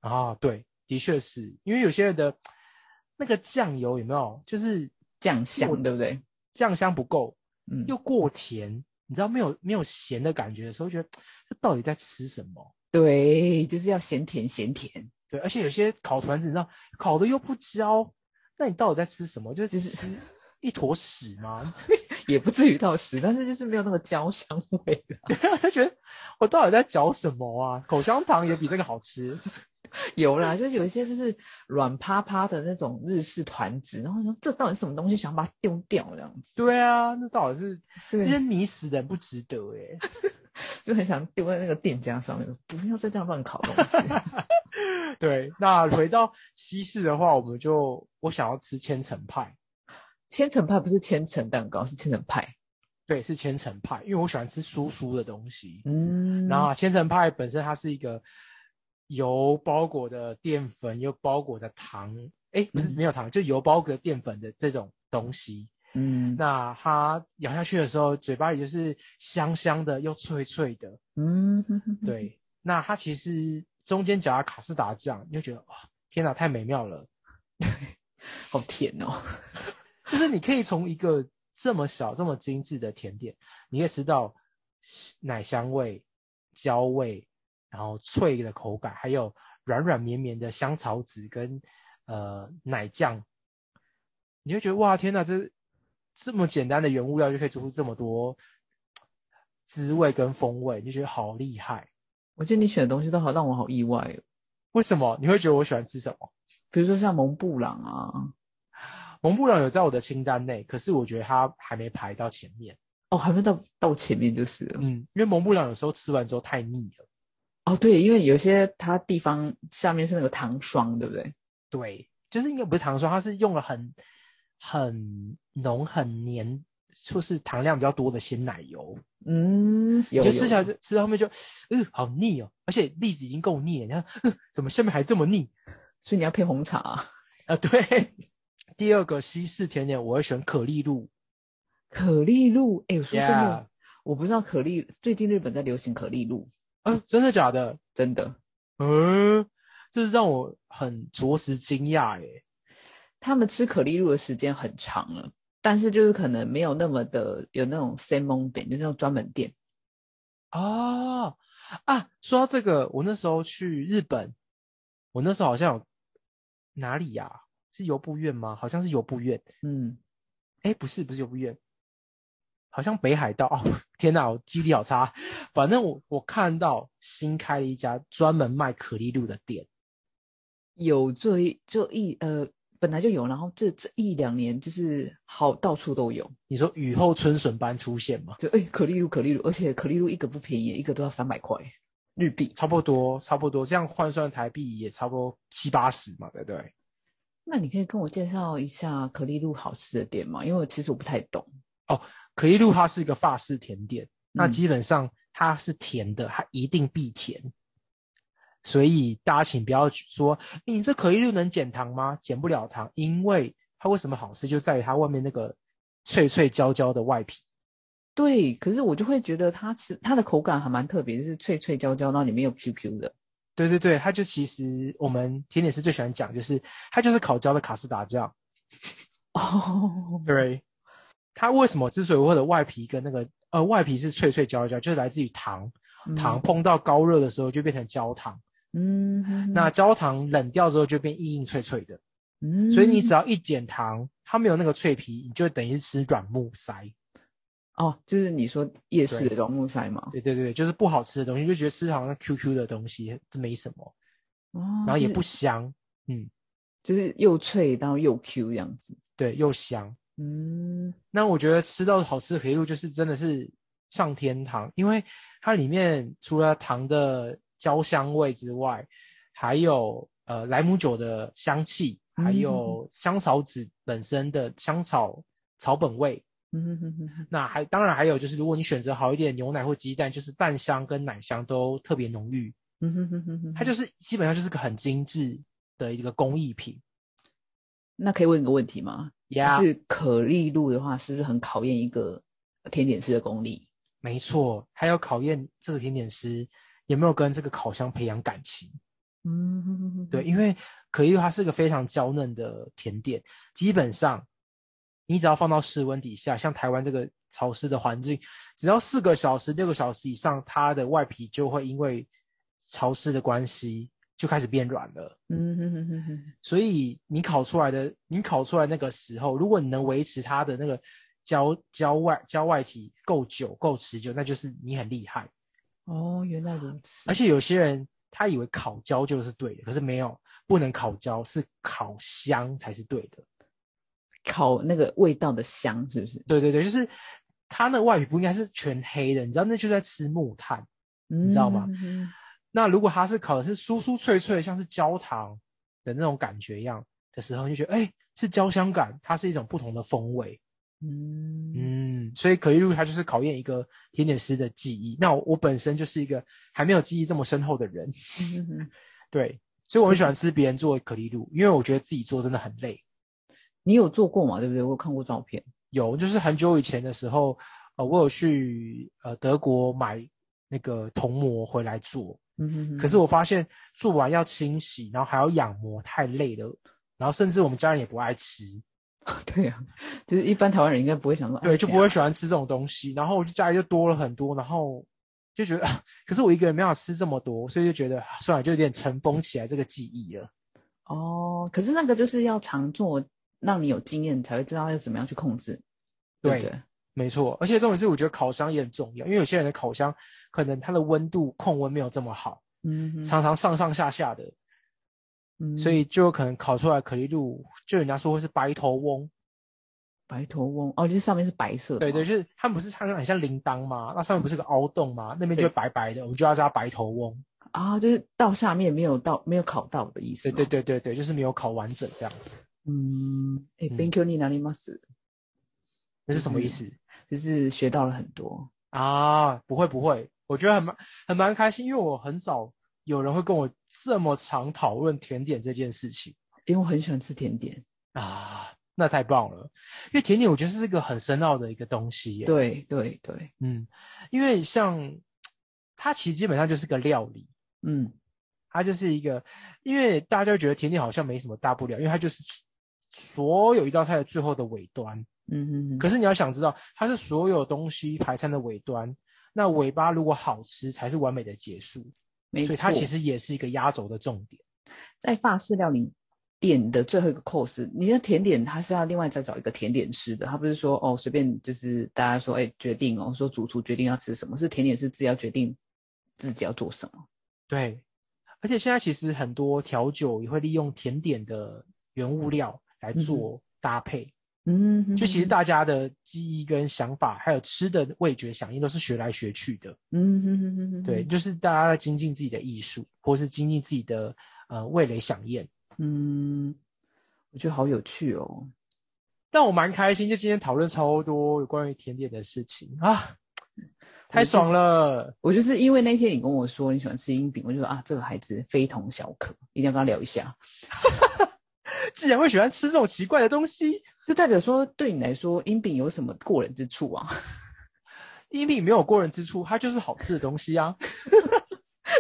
[SPEAKER 2] 啊，对，的确是因为有些人的那个酱油有没有就是
[SPEAKER 1] 酱
[SPEAKER 2] 我
[SPEAKER 1] 香，对不对？
[SPEAKER 2] 酱香不够，
[SPEAKER 1] 嗯，
[SPEAKER 2] 又过甜，你知道没有没有咸的感觉的时候，觉得这到底在吃什么？
[SPEAKER 1] 对，就是要咸甜咸甜，
[SPEAKER 2] 对，而且有些烤团子，你知道烤的又不焦，那你到底在吃什么？就
[SPEAKER 1] 就是是
[SPEAKER 2] 吃一坨屎吗？ [laughs]
[SPEAKER 1] 也不至于到十，但是就是没有那个焦香味了，
[SPEAKER 2] 我就觉得我到底在嚼什么啊？口香糖也比这个好吃。
[SPEAKER 1] 有啦，就是有一些就是软趴趴的那种日式团子，然后你说这到底是什么东西，想把它丢掉这样子，
[SPEAKER 2] 对啊，那到底是这些
[SPEAKER 1] 对，
[SPEAKER 2] 泥死人不值得哎、
[SPEAKER 1] 就很想丢在那个店家上面，不要再这样乱烤东西。 [laughs]
[SPEAKER 2] 对，那回到西式的话，我们就我想要吃千层派，
[SPEAKER 1] 千层派不是千层蛋糕，是千层派，
[SPEAKER 2] 对，是千层派，因为我喜欢吃酥酥的东西。
[SPEAKER 1] 嗯，
[SPEAKER 2] 然后千层派本身它是一个油包裹的淀粉，又包裹的糖，哎，不是
[SPEAKER 1] 嗯
[SPEAKER 2] 没有糖，就油包裹的淀粉的这种东西。
[SPEAKER 1] 嗯
[SPEAKER 2] 那它咬下去的时候，嘴巴里就是香香的又脆脆的。
[SPEAKER 1] 嗯，哼哼哼
[SPEAKER 2] 对，那它其实中间夹卡士达酱，你就觉得哇，天哪，太美妙了！
[SPEAKER 1] 好甜哦，
[SPEAKER 2] 就是你可以从一个这么小、这么精致的甜点，你可以吃到奶香味、焦味，然后脆的口感，还有软软绵绵的香草籽跟呃奶酱，你就觉得哇，天哪，这这么简单的原物料就可以做出这么多滋味跟风味，你就觉得好厉害。
[SPEAKER 1] 我觉得你选的东西都好让我好意外哦，
[SPEAKER 2] 为什么你会觉得我喜欢吃什么？
[SPEAKER 1] 比如说像蒙布朗啊，
[SPEAKER 2] 蒙布朗有在我的清单内，可是我觉得它还没排到前面。
[SPEAKER 1] 哦，还没到到前面就是了。
[SPEAKER 2] 嗯，因为蒙布朗有时候吃完之后太腻了。
[SPEAKER 1] 哦，对，因为有些它地方下面是那个糖霜，对不对？
[SPEAKER 2] 对，就是应该不是糖霜，它是用了很很浓、很黏，就是糖量比较多的鲜奶油，
[SPEAKER 1] 嗯，有有
[SPEAKER 2] 你就吃起来就吃到后面就，嗯、好腻哦。而且栗子已经够腻了，你看、嗯怎么下面还这么腻
[SPEAKER 1] 所以你要配红茶啊、
[SPEAKER 2] 啊？对。 [laughs] 第二个西式甜点，我会选可丽露。
[SPEAKER 1] 可丽露。哎，我说真的
[SPEAKER 2] Yeah
[SPEAKER 1] 我不知道可丽，最近日本在流行可丽露，
[SPEAKER 2] 嗯、真的假的？
[SPEAKER 1] 真的。
[SPEAKER 2] 嗯，这让我很着实惊讶耶。
[SPEAKER 1] 他们吃可丽露的时间很长了，但是就是可能没有那么的有那种 s a m o n 店，就是那种专门店。
[SPEAKER 2] 哦，啊，说到这个，我那时候去日本，我那时候好像有哪里呀、是游步院吗？好像是游步院。
[SPEAKER 1] 嗯，
[SPEAKER 2] 哎，不是，不是游步院，好像北海道。哦， [laughs] 天哪，我记忆力好差。反正我我看到新开了一家专门卖可丽露的店。
[SPEAKER 1] 有这一就一呃本来就有，然后这这一两年就是好到处都有，
[SPEAKER 2] 你说雨后春笋般出现吗？
[SPEAKER 1] 就哎可丽露可丽露，而且可丽露一个不便宜，一个都要三百块日币。
[SPEAKER 2] 差不多，差不多，这样换算台币也差不多七八十嘛，对不对？
[SPEAKER 1] 那你可以跟我介绍一下可丽露好吃的店吗？因为我其实我不太懂。
[SPEAKER 2] 可丽露它是一个法式甜点，那
[SPEAKER 1] 嗯
[SPEAKER 2] 基本上它是甜的，它一定必甜。所以大家请不要去说，诶你这可丽露能减糖吗？减不了糖，因为它为什么好吃，就在于它外面那个脆脆焦焦的外皮。
[SPEAKER 1] 对，可是我就会觉得它吃它的口感还蛮特别，就是脆脆焦焦，然后里面有 QQ 的。 [laughs]
[SPEAKER 2] 对对对，它就其实我们甜点师最喜欢讲，就是它就是烤焦的卡士达酱。
[SPEAKER 1] 哦，
[SPEAKER 2] 对，它为什么之所以会有外皮跟那个呃外皮是脆脆焦焦，就是来自于糖，糖碰到高热的时候就变成焦糖。
[SPEAKER 1] 嗯，嗯，
[SPEAKER 2] 那焦糖冷掉之后就变硬硬脆脆的，
[SPEAKER 1] 嗯
[SPEAKER 2] 所以你只要一减糖，它没有那个脆皮，你就等于吃软木塞。
[SPEAKER 1] 哦，就是你说夜市
[SPEAKER 2] 对
[SPEAKER 1] 的软木塞嘛，
[SPEAKER 2] 对对对，就是不好吃的东西，就觉得吃好像 QQ 的东西，这没什么，
[SPEAKER 1] 哦，
[SPEAKER 2] 然后也
[SPEAKER 1] 就是
[SPEAKER 2] 不香，
[SPEAKER 1] 就是又脆然后又 Q 这样子。
[SPEAKER 2] 对，又香。
[SPEAKER 1] 嗯，
[SPEAKER 2] 那我觉得吃到好吃的可丽露就是真的是上天堂，因为它里面除了糖的焦香味之外，还有呃莱姆酒的香气，
[SPEAKER 1] 嗯
[SPEAKER 2] 还有香草籽本身的香草草本味。
[SPEAKER 1] 嗯哼哼哼哼，
[SPEAKER 2] 那还当然还有就是，如果你选择好一点的牛奶或鸡蛋，就是蛋香跟奶香都特别浓郁。
[SPEAKER 1] 嗯哼哼哼哼，
[SPEAKER 2] 它就是基本上就是个很精致的一个工艺品。
[SPEAKER 1] 那可以问一个问题吗？就
[SPEAKER 2] Yeah，
[SPEAKER 1] 是可丽露的话，是不是很考验一个甜点师的功力？
[SPEAKER 2] 没错，还要考验这个甜点师有没有跟这个烤箱培养感情。
[SPEAKER 1] 嗯哼哼哼
[SPEAKER 2] 对，，因为可丽露它是个非常娇嫩的甜点，基本上你只要放到室温底下，像台湾这个潮湿的环境，只要四个小时、六个小时以上，它的外皮就会因为潮湿的关系就开始变软了。
[SPEAKER 1] 嗯哼哼哼哼，
[SPEAKER 2] 所以你烤出来的，你烤出来那个时候，如果你能维持它的那个焦焦外焦外体够久、够持久，那就是你很厉害。
[SPEAKER 1] 哦，原来如此，
[SPEAKER 2] 而且有些人他以为烤焦就是对的，可是没有，不能烤焦，是烤香才是对的。
[SPEAKER 1] 烤那个味道的香，是不是？
[SPEAKER 2] 对对对，就是它那个外皮不应该是全黑的，你知道那就是在吃木炭。
[SPEAKER 1] 你
[SPEAKER 2] 知道吗
[SPEAKER 1] 嗯哼
[SPEAKER 2] 那如果它是烤的是酥酥脆脆，像是焦糖的那种感觉一样的时候，你就觉得哎、是焦香感，它是一种不同的风味。
[SPEAKER 1] 嗯嗯
[SPEAKER 2] 嗯，所以可丽露它就是考验一个甜点师的技艺。那我我本身就是一个还没有记忆这么深厚的人，
[SPEAKER 1] 哼哼
[SPEAKER 2] 对，所以我很喜欢吃别人做的可丽露，因为我觉得自己做真的很累。
[SPEAKER 1] 你有做过嘛？对不对？我有看过照片。
[SPEAKER 2] 有，就是很久以前的时候，呃，我有去呃德国买那个铜模回来做，
[SPEAKER 1] 嗯哼哼，
[SPEAKER 2] 可是我发现做完要清洗，然后还要养膜，太累了。然后甚至我们家人也不爱吃，
[SPEAKER 1] [laughs] 对啊，就是一般台湾人应该不会想说，
[SPEAKER 2] 对，
[SPEAKER 1] 哎
[SPEAKER 2] 就
[SPEAKER 1] 这
[SPEAKER 2] 不会
[SPEAKER 1] 样
[SPEAKER 2] 喜欢吃这种东西。然后我就家里就多了很多，然后就觉得， [laughs] 啊可是我一个人没办法吃这么多，所以就觉得啊算了，就有点尘封起来这个记忆了。
[SPEAKER 1] 哦。可是那个就是要常做，让你有经验，才会知道要怎么样去控制，对不
[SPEAKER 2] 对
[SPEAKER 1] 对？
[SPEAKER 2] 没错，而且重点是我觉得烤箱也很重要，因为有些人的烤箱可能它的温度控温没有这么好，
[SPEAKER 1] 嗯哼，
[SPEAKER 2] 常常上上下下的，
[SPEAKER 1] 嗯
[SPEAKER 2] 所以就有可能烤出来可丽露，就人家说会是白头翁，
[SPEAKER 1] 白头翁哦，就是上面是白色的，
[SPEAKER 2] 对对，，就是它们不是它很像铃铛吗？那上面不是个凹洞吗？那边就
[SPEAKER 1] 对
[SPEAKER 2] 会白白的，我们就要叫它白头翁。
[SPEAKER 1] 啊，就是到下面没有到没有烤到的意思，
[SPEAKER 2] 对对，对对对，就是没有烤完整这样子，
[SPEAKER 1] 嗯，哎
[SPEAKER 2] 嗯
[SPEAKER 1] ，thank you，你哪里 mas，
[SPEAKER 2] 那是什么意思、
[SPEAKER 1] 就是学到了很多，
[SPEAKER 2] 啊？不会不会，我觉得很蛮很蛮开心，因为我很少有人会跟我这么常讨论甜点这件事情
[SPEAKER 1] 因为我很喜欢吃甜点，
[SPEAKER 2] 啊，那太棒了，因为甜点我觉得是一个很深奥的一个东西耶。
[SPEAKER 1] 对对对，
[SPEAKER 2] 嗯，因为像它其实基本上就是个料理，
[SPEAKER 1] 嗯，
[SPEAKER 2] 它就是一个，因为大家就觉得甜点好像没什么大不了，因为它就是所有一道菜的最后的尾端。
[SPEAKER 1] 嗯哼哼，
[SPEAKER 2] 可是你要想知道，它是所有东西排餐的尾端，那尾巴如果好吃才是完美的结束，
[SPEAKER 1] 没
[SPEAKER 2] 所以它
[SPEAKER 1] 错
[SPEAKER 2] 其实也是一个压轴的重点。
[SPEAKER 1] 在法式料理点的最后一个 course，你的甜点它是要另外再找一个甜点师的，它不是说哦随便就是大家说哎、决定哦，说主厨决定要吃什么，是甜点师自己要决定自己要做什么。
[SPEAKER 2] 对，而且现在其实很多调酒也会利用甜点的原物料来做搭配。
[SPEAKER 1] 嗯哼哼，
[SPEAKER 2] 就其实大家的记忆跟想法，还有吃的味觉响应都是学来学去的。
[SPEAKER 1] 嗯哼哼哼哼，
[SPEAKER 2] 对，，就是大家在精进自己的艺术，或是精进自己的呃味蕾响应。
[SPEAKER 1] 嗯，我觉得好有趣哦。
[SPEAKER 2] 但我蛮开心，就今天讨论超多有关于甜点的事情啊，太爽了！
[SPEAKER 1] 我就是因为那天你跟我说你喜欢吃樱饼，我就说啊，这个孩子非同小可，一定要跟他聊一下。
[SPEAKER 2] 既然会喜欢吃这种奇怪的东西，
[SPEAKER 1] 就代表说，对你来说，樱饼有什么过人之处啊？ [laughs]
[SPEAKER 2] 一定没有过人之处，它就是好吃的东西啊，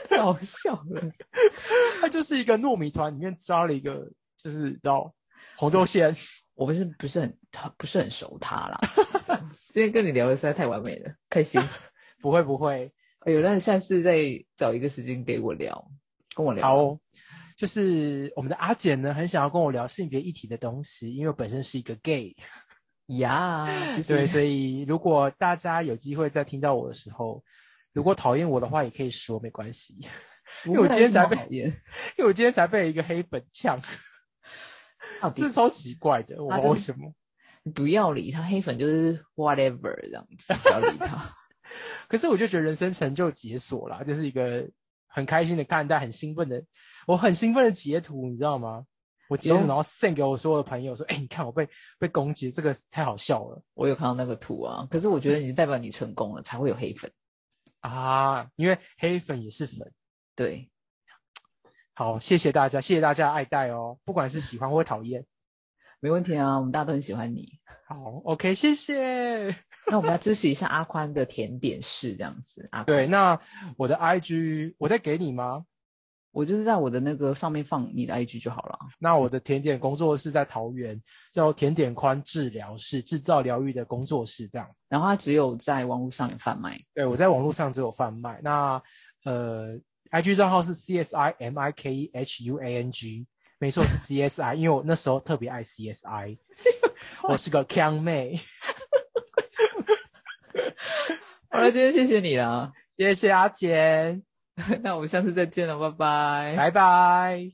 [SPEAKER 1] 太好笑了。
[SPEAKER 2] 它就是一个糯米团里面加了一个就是你知道红豆馅。
[SPEAKER 1] 我不是不是很不是很熟他
[SPEAKER 2] [laughs]
[SPEAKER 1] 啦。今天跟你聊的实在太完美了，开心。
[SPEAKER 2] 不会不会，
[SPEAKER 1] 哎呦，那你下次再找一个时间给我聊，跟我聊。
[SPEAKER 2] 好、哦，就是我们的阿简呢，很想要跟我聊性别议题的东西，因为我本身是一个 gay，
[SPEAKER 1] 呀，就是
[SPEAKER 2] 对，所以如果大家有机会再听到我的时候，如果讨厌我的话，也可以说没关系， [laughs]
[SPEAKER 1] 不
[SPEAKER 2] 因为我
[SPEAKER 1] 会
[SPEAKER 2] 今天
[SPEAKER 1] 什么
[SPEAKER 2] 才被
[SPEAKER 1] 讨
[SPEAKER 2] [laughs]
[SPEAKER 1] 厌，
[SPEAKER 2] 因为我今天才被一个黑本呛，
[SPEAKER 1] 到底
[SPEAKER 2] 这超奇怪的，我不知道
[SPEAKER 1] 啊真的
[SPEAKER 2] 为什么。
[SPEAKER 1] 不要理他，黑粉就是 whatever 这样子，不要理他。 [laughs]
[SPEAKER 2] 可是我就觉得人生成就解锁啦，这是一个很开心的看待，很兴奋的，我很兴奋的截图，你知道吗？我截图
[SPEAKER 1] 有
[SPEAKER 2] 然后 send 给我所有的朋友说，哎、你看我被被攻击，这个太好笑了
[SPEAKER 1] 我有看到那个图啊，可是我觉得你代表你成功了，才会有黑粉。
[SPEAKER 2] 啊！因为黑粉也是粉。
[SPEAKER 1] 对，
[SPEAKER 2] 好，谢谢大家，谢谢大家的爱戴哦，不管是喜欢或讨厌。
[SPEAKER 1] 没问题啊，我们大家都很喜欢你。
[SPEAKER 2] 好，OK，谢谢。
[SPEAKER 1] 那我们要支持一下阿宽的甜点室这样子。阿宽
[SPEAKER 2] 对，那我的 IG 我再给你吗？
[SPEAKER 1] 我就是在我的那个上面放你的 IG 就好了。
[SPEAKER 2] 那我的甜点工作室在桃园，叫甜点宽治疗室，制造疗愈的工作室这样。
[SPEAKER 1] 然后它只有在网络上有贩卖。
[SPEAKER 2] 对，我在网络上只有贩卖。那呃，IG 账号是 C S I M I K E H U A N G，没错是 C S I，因为我那时候特别爱 C S I，我是个腔妹。
[SPEAKER 1] 好了，今 [laughs] 天谢谢你啦，
[SPEAKER 2] 谢谢阿简，
[SPEAKER 1] 那我们下次再见了，拜拜。
[SPEAKER 2] 拜拜。